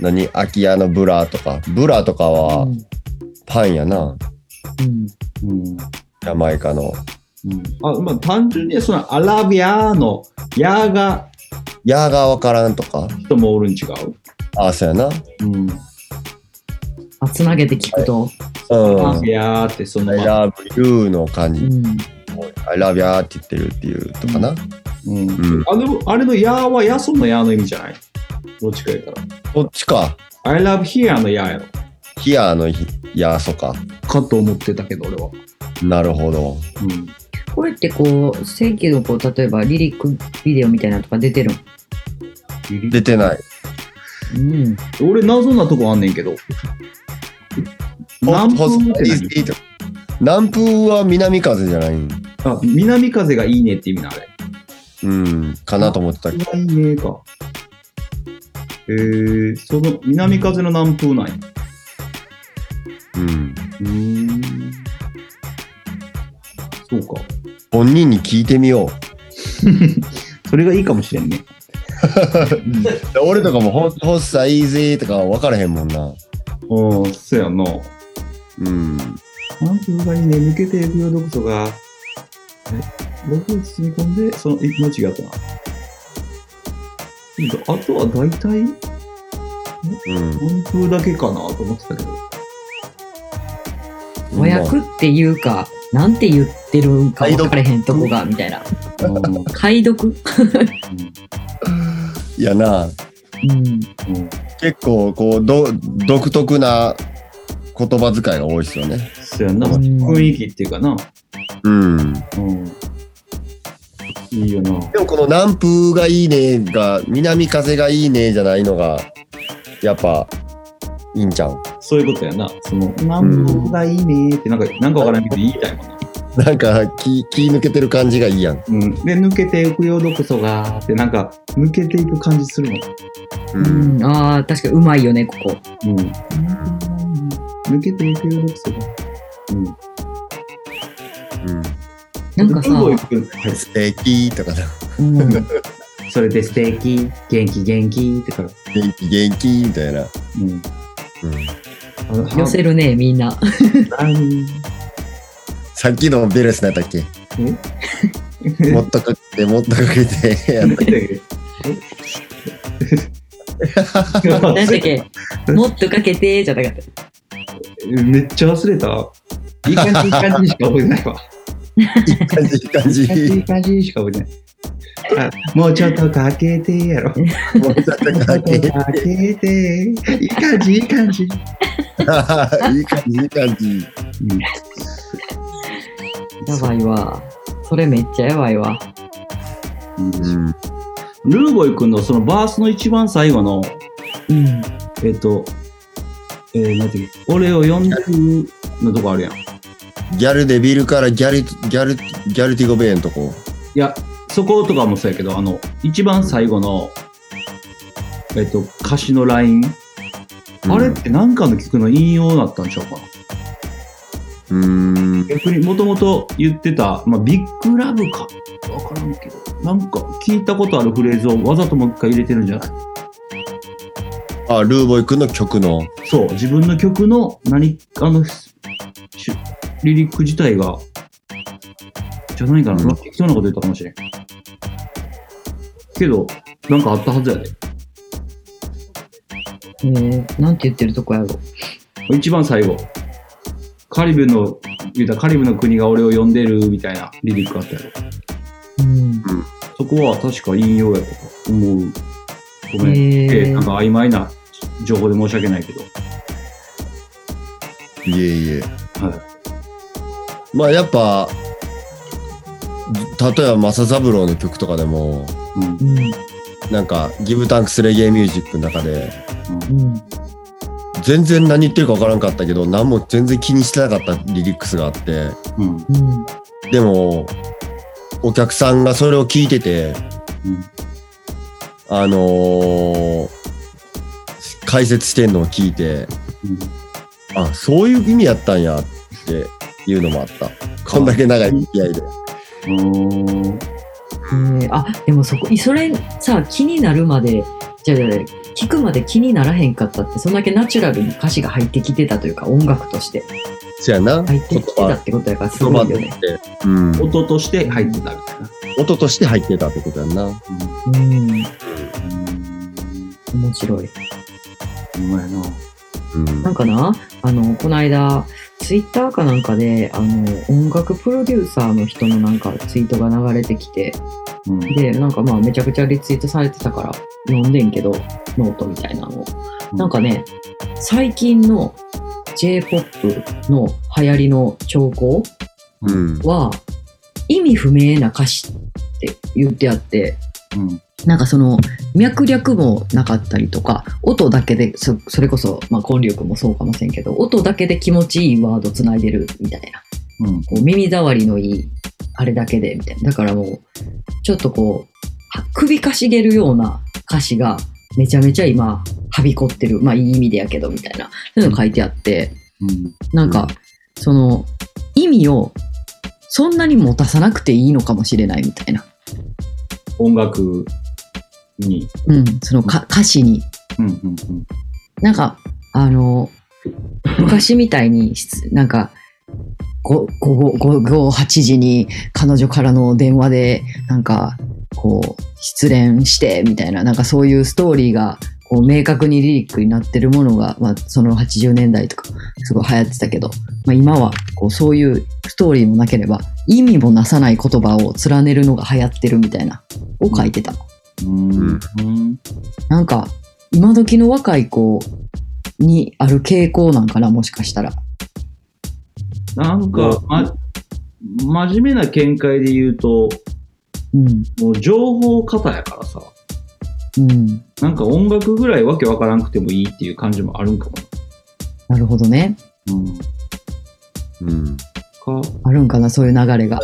S4: 何空き家のブラとか、ブラとかはパンやな、
S2: うん
S3: うん。
S4: ジャマイカの。
S3: うん、あ、まあ、単純にそのアラビアのヤーが
S4: ヤーがわからんとか、
S3: 人もおるん違う。
S4: あ、そうやな。
S3: うん。
S2: あつなげて聞くと。
S4: うん。
S3: ヤーってその、
S4: I
S3: まあ
S4: love you の感じ
S2: う。ん
S4: I love ya って言ってるっていうとかな。
S3: うん。
S4: うん。
S3: あ、でも、あれのヤーはヤソのヤーの意味じゃないどっちか言ったら。
S4: こっちか。
S3: I love here のヤーやろ。
S4: here のひやーそか。
S3: かと思ってたけど、俺は。
S4: なるほ
S3: う
S4: ど。
S3: ん。
S2: これってこう、正規のこう、例えばリリックビデオみたいなのとか出てるん
S4: 出てない。
S2: うん。
S3: 俺、謎なとこあんねんけど。南風って何
S4: いいと南風は南風じゃないん。
S3: あ南風がいいねって意味なあれ。
S4: うん。かなと思ってたけど。
S3: いいねか。えー、その南風の南風なんや。
S4: うん。
S3: うーん。そうか。
S4: 本人に聞いてみよう。
S3: それがいいかもしれんね。
S4: 俺とかもホッサイーゼーとか分からへんもんな。
S3: うん、そうやな。
S4: うん。
S3: 南風がいいね、抜けていくよ、毒素が。え、毒を包み込んで、その、え間違ったな。いいかあとは大体、
S4: うん。
S3: 南風だけかなと思ってたけど。
S2: 和訳っていうか、なんて言ってるんか分かれへんとこが、みたいな。
S3: うん
S2: 解読
S4: いやな、
S2: うん。
S3: うん
S4: 結構こう、ど、独特な言葉遣いが多いですよね。
S3: そうやな、
S2: うん
S3: 雰囲気っていうかな。
S4: う
S3: う
S4: ん。
S3: ん。いいよな。
S4: でもこの南風がいいねが、南風がいいねじゃないのが、やっぱ、いいんちゃう
S3: そういうことやな。その、南風がいいねーって、なんか、なんかわからんけど言いたいもんな。
S4: なんか気、気抜けてる感じがいいやん。
S3: うん。で、抜けていくよ、毒素がーって、なんか、抜けていく感じするもん。
S4: う
S2: うん、ああ、確かにうまいよね、ここ。
S3: うん。抜けていくよ、毒素が。うん。
S4: うん。
S2: なんかさ、
S3: はい
S4: 素敵とかな。
S2: うん、
S3: それで素敵、元気、元気ってから。
S4: 元気元気みたいな。うん。
S3: うん。あ
S2: 寄せるね、みんな。
S3: あー
S4: さっきのベレスなんやったっけ
S3: え
S4: もっとかけて、もっとかけて、やった。
S2: 何だっ け、もっとかけて、じゃなかった。
S3: めっちゃ忘れた。いい感じ、いい感じにしか覚えてないわ。
S4: いい感じ、いい感じ。
S3: カチカチしか覚えてない。あもうちょっとかけてやろ。も
S4: もうちょっと
S3: うちょ
S4: か
S3: っ
S4: け
S3: とかけて。いい感じ、いい感じ。
S4: いい感じ、いい感じ。
S3: うん
S2: やばいわ。それめっちゃやばいわ。
S4: うん。
S3: ルーボイ君のそのバースの一番最後の、
S2: うん。
S3: えっと、えー、なんていうの俺を呼んでるのとこあるやん。い
S4: ギャルデビルからギャル、ギャル、ギャルティゴベイのとこ。
S3: や、そことかもそうやけど、あの、一番最後の、えっと、歌詞のライン。あれって何かの曲の引用だったんちゃうかな。
S4: うん。
S3: 逆にもともと言ってた、まあ、ビッグラブかわからんけどなんか聞いたことあるフレーズをわざともう一回入れてるんじゃない
S4: あ、ルーボイ君の曲の。
S3: そう自分の曲の何あのしリリック自体がじゃないかな、
S4: うん
S3: 適当なこと言ったかもしれんけどなんかあったはずやで
S2: えー、なんて言ってるとこやろ。
S3: 一番最後カリブの言うたらカリブの国が俺を呼んでるみたいなリリックあったやろ
S2: うん。
S3: そこは確か引用やったと思う。ごめん。
S2: へー
S3: えなんか曖昧な情報で申し訳ないけど。
S4: いえいえ。
S3: はい。
S4: まあやっぱ、例えば正三郎の曲とかでも、
S3: うん
S2: う。ん。
S4: なんかギブタンクスレゲエミュージックの中で、
S2: うん。
S4: 全然何言ってるか分からんかったけど、何も全然気にしてなかったリリックスがあって、
S3: う
S2: う
S3: ん。
S2: ん。
S4: でも、お客さんがそれを聞いてて、
S3: うん。
S4: あのー解説してんのを聞いて、
S3: うん
S4: あ、そういう意味やったんやっていうのもあった。こんだけ長い付き合いで。
S3: う
S2: えー、あ、でもそこ、いそれさ、気になるまで、じゃあじゃあ聞くまで気にならへんかったって、そんだけナチュラルに歌詞が入ってきてたというか、音楽として
S4: そやな。
S2: 入ってきてたってことやから、すごいよ
S4: 言
S2: ね
S4: 葉。って、うん、
S3: ーん音として入ってたみたいな。
S4: 音として入ってたってことやんな。
S2: うん。
S3: う
S2: 面白い。
S3: ん。うまいな。
S4: うん
S2: なんかな、あの、この間、ツイッターかなんかで、あの、音楽プロデューサーの人のなんかツイートが流れてきて、
S3: うん。
S2: で、なんかまあめちゃくちゃリツイートされてたから読んでんけど、ノートみたいなのを。
S3: うん
S2: なんかね、最近の J-POP の流行りの兆候
S4: うん。
S2: は、意味不明な歌詞って言ってあって、
S3: うん。
S2: なんかその脈略もなかったりとか音だけでそそれこそ、まあ、根力もそうかもしれんけど音だけで気持ちいいワードつないでるみたいな
S3: うん。
S2: こう耳障りのいいあれだけでみたいなだからもうちょっとこうは首かしげるような歌詞がめちゃめちゃ今はびこってるまあいい意味でやけどみたいなそういうの書いてあって
S3: うん。
S2: なんかその意味をそんなに持たさなくていいのかもしれないみたいな、
S3: 音楽に。
S2: うん、そのか歌詞に
S3: うん。うん。うん。
S2: なんか、あの、昔みたいにしつ、なんか、ご午後、午後8時に彼女からの電話で、なんか、こう、失恋して、みたいな、なんかそういうストーリーが、こう、明確にリリックになってるものが、まあ、その80年代とか、すごい流行ってたけど、まあ今は、こう、そういうストーリーもなければ、意味もなさない言葉を連ねるのが流行ってるみたいな、を書いてた。
S3: うん。
S2: なんか、今時の若い子にある傾向なんかな、もしかしたら。
S3: なんか、ま、真面目な見解で言うと、
S2: うん、
S3: もう情報型やからさ。
S2: うん。
S3: なんか音楽ぐらいわけわからなくてもいいっていう感じもあるんかも
S2: なるほどね。
S3: な。うん。
S4: うん
S3: か。
S2: あるんかな、そういう流れが。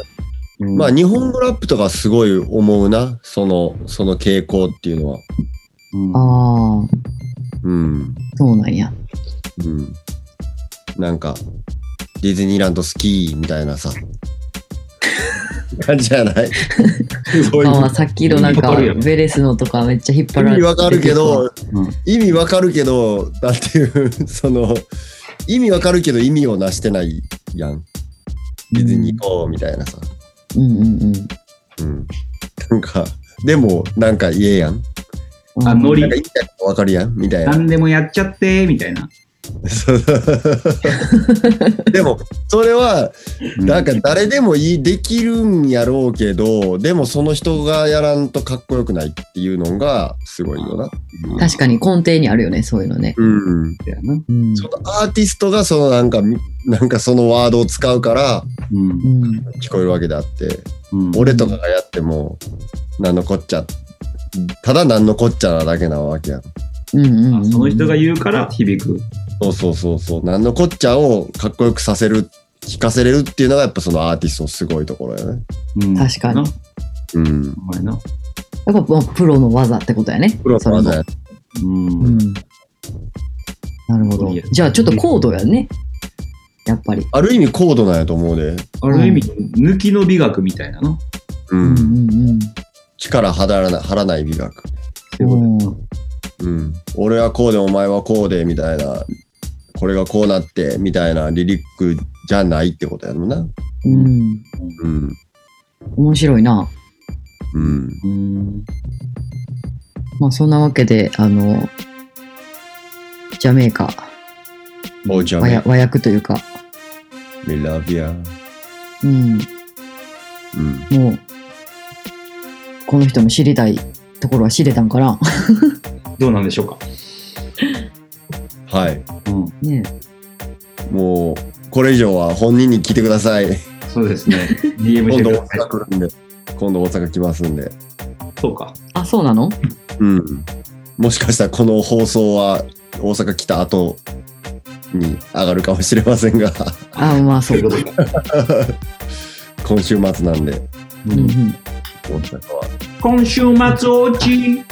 S3: うん
S4: まあ、日本語ラップとかすごい思うな。その、その傾向っていうのは。
S3: うん
S2: ああ、
S4: うん。
S2: そうなんや。
S4: うん。なんか、ディズニーランド好きみたいな さ。感じじゃないそうい
S2: まあま
S4: う
S2: あ、さっきのなんか、
S3: わかるやん
S2: ベレスのとかめっちゃ引っ張ら
S4: 意
S2: れて
S4: 味わかるけ
S2: 出
S4: ど
S2: て、
S3: うん
S4: 意味わかるけど、だっていう、その、意味わかるけど意味をなしてないやん。ディズニー行こうみたいなさ。
S2: きそう。うんうんうん。
S4: うん。なんか、でも、なんか言えやん。
S2: うん
S3: あノリ
S4: なんか言いたいことわかるやんみたい
S3: な
S4: な。
S3: んでもやっちゃって、みたいな。
S4: でもそれはなんか誰でもいいできるんやろうけどでもその人がやらんとかっこよくないっていうのがすごいよな。
S2: 確かに根底にあるよね、そういうのね。
S4: うん、
S3: だよな。
S2: うん。
S4: そのアーティストがそのなんかみなんかそのワードを使うから
S3: うん。
S2: うん。
S4: 聞こえるわけであって
S3: うん、
S4: 俺とかがやっても何のこっちゃただ何のこっちゃなだけなわけやん
S2: うんうんうん
S3: あその人が言うから響く。
S4: そうそうそうそう何のこっちゃをかっこよくさせる聞かせれるっていうのがやっぱそのアーティストのすごいところよね。
S3: うん、
S2: 確かに
S3: な
S4: うん
S3: お前な。
S2: やっぱまあプロの技ってことやね。
S4: プロ
S2: それ
S4: は
S2: も
S4: ね
S3: うん。
S2: うん。なるほど
S3: いや。
S2: じゃあちょっと高度やね。やっぱり。
S4: ある意味高度なんやと思うで、
S3: ある意味、抜きの美学みたいなの。
S4: う
S2: うんんうん
S4: 力張らない張らない美学、
S3: そういうこ
S2: うん。
S4: うん、俺はこうでお前はこうでみたいなこれがこうなってみたいなリリックじゃないってことやもんな
S2: うん。
S4: うん
S2: 面白いな。
S4: うん
S3: とうん。
S2: まあそんなわけで、あの、ジャメイカ、
S4: もうじゃあ
S2: 和や和訳というか、
S4: ミラビアうん
S2: うん、もう、この人の知りたいところは知れたんかな。
S3: どうなんでしょうか。
S4: はい
S3: うん。
S2: ね
S4: もうこれ以上は本人に聞いてください
S3: そうですね。DM し
S4: 今
S3: てく
S4: 度大
S3: ださい
S4: 阪。来るんで今度大阪来ますんで
S3: そうか。
S2: あ、そうなの
S4: うんもしかしたらこの放送は大阪来た後に上がるかもしれませんが
S2: あ、まあそ
S3: そ
S2: う
S3: いう うこ
S2: か。
S3: とか。
S4: 今週末なんで
S3: う
S2: うんうんん。
S4: 大阪は
S3: 今週末おうち。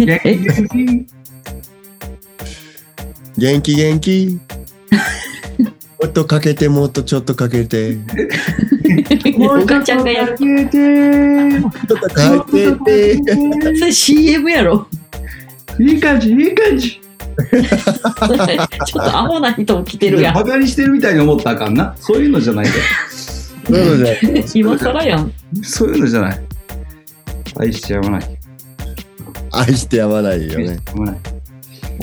S2: え、え、
S4: 元気元気もっとかけてもっとちょっとかけて
S2: おかちゃんがやる。
S4: ちょっとかけて
S2: それ CM やろ。
S3: いい感じ、いい感じ。
S2: ちょっとアホな人も来てるやん。
S3: バカにしてるみたいに思ったらあかんな。そういうのじゃないで。
S4: そういうのじゃない
S2: 今更やん。
S3: そういうのじゃない。愛してやまない。
S4: 愛してやまないよ
S3: 愛し
S4: ね
S3: てやまない。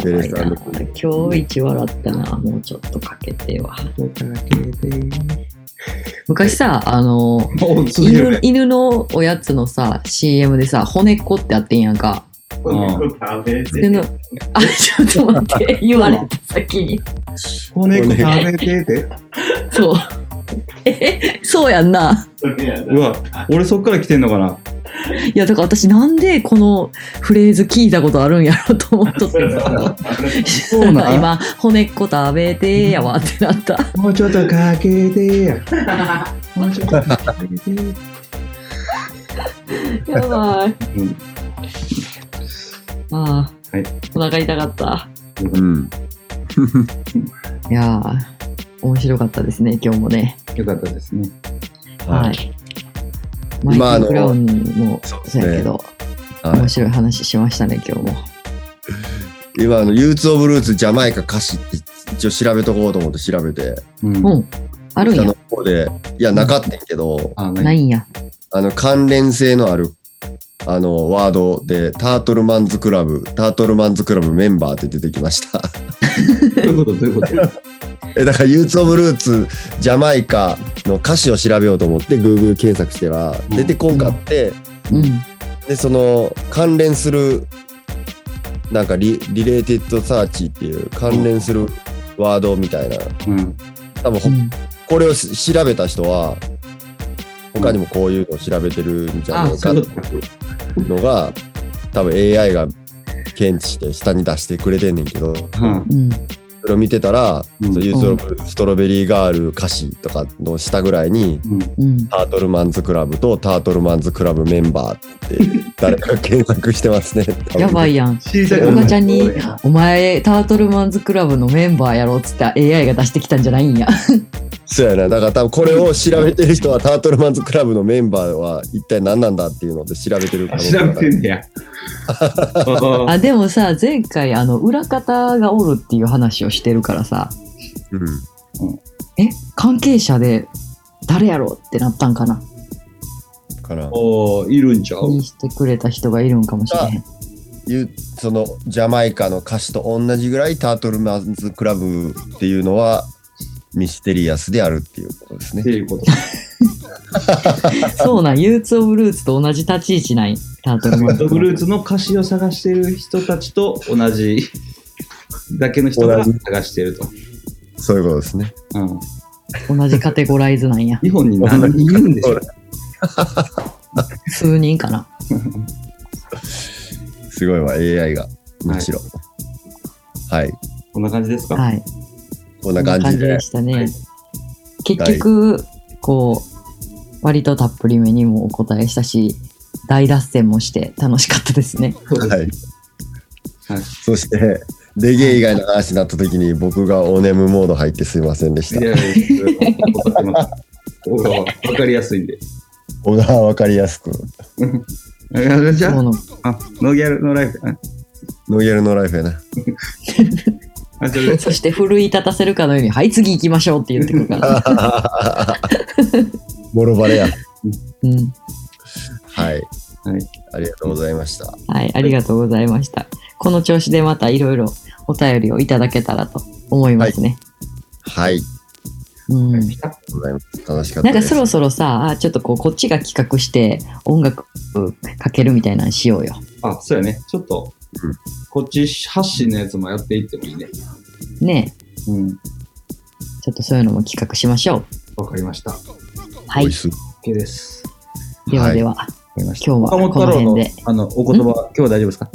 S4: ベレスさんの
S2: 今日一笑ったな。もうちょっとかけては。昔さ、あ の、
S3: もう通じる
S2: 犬
S3: ね。
S2: 犬のおやつのさ、CM でさ、骨っこってあってんやんか。
S3: うん
S2: それの、あ、ちょっと待 って、言われた先に。
S3: 骨
S4: 子食
S3: べてて。
S2: そう。え、そうやんな。
S3: うわ、俺そっから来てんのかな。
S2: いや、だから私なんでこのフレーズ聞いたことあるんやろと思っとって さ。
S3: そうなん
S2: 今、骨っこ食べてやわってなった。
S3: もうちょっとかけて や。もうちょっとかけ て。
S2: やばい。
S3: うん
S2: ああ、
S3: はい
S2: お腹痛かった。
S4: うん
S2: いやー、面白かったですね、今日もね。
S3: よかったですね。
S2: はいい。
S4: まあ
S2: マ
S4: あ
S2: イク・
S4: の
S2: ブラウンもそうやけど、
S4: は
S2: 面白い話しましたね、今日も。
S4: い今あの「ユーツ・オブ・ルーツ・ジャマイカ歌詞」って一応調べとこうと思って調べて
S3: うん
S2: うん、あるん
S4: 下
S2: や
S4: の。方でいやなかったんやけど
S3: あ、
S2: な
S3: ない。
S2: いんや。
S4: あの関連性のあるあのワードで「タートルマンズ・クラブ」「タートルマンズ・クラブメンバー」って出てきました
S3: どういうことどういうこと
S4: えだからユーツ・オブ・ルーツジャマイカの歌詞を調べようと思って Google 検索しては
S3: うん
S4: 出てこんかって、
S2: うん。
S4: でその関連するなんかリリレーテッド・サーチっていう関連するワードみたいな
S3: うん。
S4: 多分
S2: う
S4: ほ
S2: ん、
S4: これをし調べた人は他にもこういうのを調べてるんじゃな
S3: あ、
S4: いか
S3: そう
S4: って
S3: い
S4: いう
S3: こと
S4: うのが多分 AI が検知して下に出してくれてんねんけど。
S3: うん。
S2: うん。
S4: それを見てたら、
S3: うん
S4: そういうストロストロベリーガール歌詞とかの下ぐらいに、
S3: う
S2: う
S3: ん。
S2: ん。
S4: タートルマンズクラブとタートルマンズクラブメンバー って誰か検索してますね。
S2: やばいやん。
S3: 知りた
S4: く
S3: く
S4: な
S2: お
S4: い
S2: ばちゃんに、お前、タートルマンズクラブのメンバーやろうっつった AI が出してきたんじゃないんや。
S4: そうやな。だから多分これを調べてる人はタートルマンズクラブのメンバーは一体何なんだっていうので調べてる可能性
S3: 調べてんね や。あ
S2: あ、でもさ、前回、あの、裏方がおるっていう話をしてるからさ、
S4: うん。
S2: え、関係者で誰やろうってなったんかな
S4: かな。
S3: おーいるんちゃう
S2: にしてくれた人がいるんかもしれへん。
S4: 言うそのジャマイカの歌詞と同じぐらいタートルマンズクラブっていうのはミステリアスであるっていうことですね
S3: て。いうこと。
S2: そうなん、ユーツ・オブ・ルーツと同じ立ち位置ない、タートルマンズ
S3: ドブルーツの歌詞を探している人たちと同じだけの人が探していると。
S4: そういうことですね。
S3: うん、
S2: 同じカテゴライズなんや。
S3: 日本に何人いるんでしょう
S2: 数人かな。
S4: すごいわ、AI が。むしろ。はい。
S3: こんな感じですか、
S2: はい。
S4: こんな感じで
S2: で。したね。
S3: はい
S2: 結局、こう、割とたっぷりめにもお答えしたし、大脱線もして楽しかったですね。
S3: そうです
S4: はい。
S3: はい
S4: そして、レゲエ以外の話になった時に僕がオネムモード入ってすいませんでし
S3: い
S4: た。
S3: やいやいやわかります僕はわかりやすいんで。
S4: オナーわかりやすく。
S3: じゃ
S2: 今日
S3: あ、
S2: の
S3: あノーギャルのライフ。あ
S4: ノイエルのライフやな。
S3: あちょっと
S2: そして奮い立たせるかのように、はい、次行きましょうって言ってくるから。
S4: ボロバレや。
S2: うん。
S4: は
S3: は
S4: い。
S3: い
S4: ありがとうございました。
S2: はい、ありがとうございました。この調子でまたいろいろお便りをいただけたらと思いますね。
S4: はい。あり
S2: うん。
S4: がとうございます。楽しかっ
S2: な
S4: た
S2: んか
S4: です。
S2: そろそろさ、あちょっとこう、こっちが企画して音楽かけるみたいなのしようよ。
S3: あ、そうやね。ちょっと
S4: うん、
S3: こっち発信のやつもやっていってもいいね。
S2: ねえ
S3: うん。
S2: ちょっとそういうのも企画しましょう。
S3: わかりました。
S2: はい
S4: おい。しそう
S3: OK です。
S2: ではでは、
S3: わかりました。
S2: 今日はこの辺で。
S3: あの、お言葉は、今日は大丈夫ですか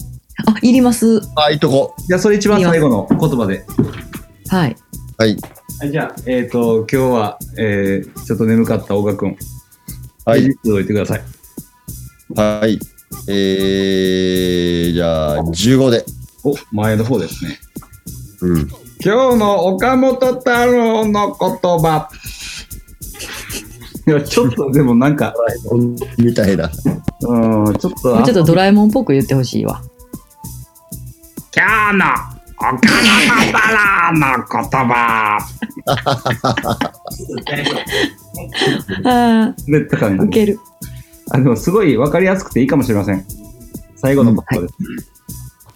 S2: あ、いります。
S4: あ、いいとこ。
S3: じゃあ、それ一番最後の言葉で。
S2: はい。
S4: はい。
S3: はい、じゃあ、えっ、と、今日は、えー、ちょっと眠かった大賀くん、
S4: は
S3: 事
S4: い。
S3: 実を言ってください。
S4: はい。えー、じゃあ、15で。
S3: お、前の方ですね。
S4: うん。
S3: 今日の岡本太郎の言葉。いや、ちょっとでもなんか、
S4: みたいな。
S3: うん、ちょっと、
S2: もうちょっとドラえもんっぽく言ってほしいわ。
S3: 今日の岡本太郎の言葉。
S2: あ
S3: 滑った感
S2: あ、ウ
S3: じ。
S2: ケる。
S3: あ、でもすごい分かりやすくていいかもしれません。最後の言葉です。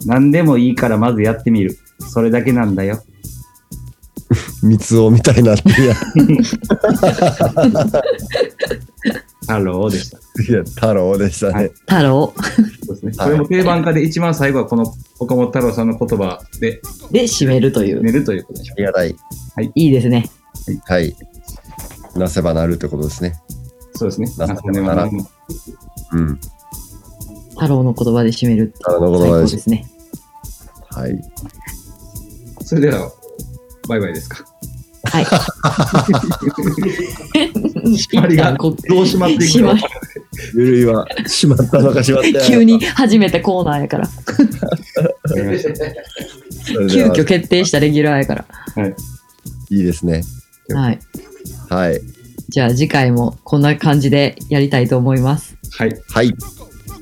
S3: 何でもいいからまずやってみる。それだけなんだよ。
S4: 三つおみたいなってや
S3: ハローでした。
S4: つや、太郎でした
S3: は
S4: ね
S3: い。
S2: 太郎。
S3: そうですね。
S4: は
S3: こ
S4: い
S3: れも定番化で一番最後はこの岡本太郎さんの言葉で
S2: で、締めるという。
S3: 寝るということでしょ
S4: ありがたい。
S2: いいですね。
S4: はい。なせばなるってことですね。
S3: う。そうですね。
S4: な
S3: な
S4: る
S3: ん
S4: ほ
S3: か
S4: ど
S3: ね、まあもう
S4: うん。
S2: 太郎の言葉で締めるって
S4: 太郎の言
S2: 最
S4: 葉
S2: 高
S4: で
S2: ですね。
S4: はい。
S3: それでは、バイバイですか。
S2: はい。
S3: まりが
S2: 一旦こ
S3: どうしまっていく
S2: 締ま
S3: か
S2: り。
S4: ゆるいは、しまったのかしまったのか
S2: 急に。始めたコーナーやから。
S3: わかりました
S4: それで
S2: 急
S4: は
S2: 遽決定したレギュラーやから。
S4: いいですね。
S2: はい。
S4: はい。
S2: じゃあ次回もこんな感じでやりたいと思います。
S3: はい。
S4: はい。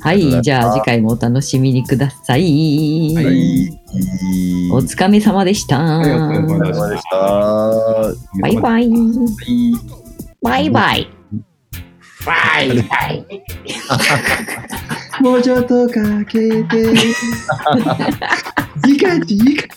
S2: はい。じゃあ次回もお楽しみにください。
S3: はい
S4: いい
S2: お疲れ様でした。
S3: りがとうございま
S4: お疲れ
S3: す
S4: 様でした。
S2: バイバイ。
S3: イ。
S2: バイバイ。
S3: もうちょっとかけて。次回、次回。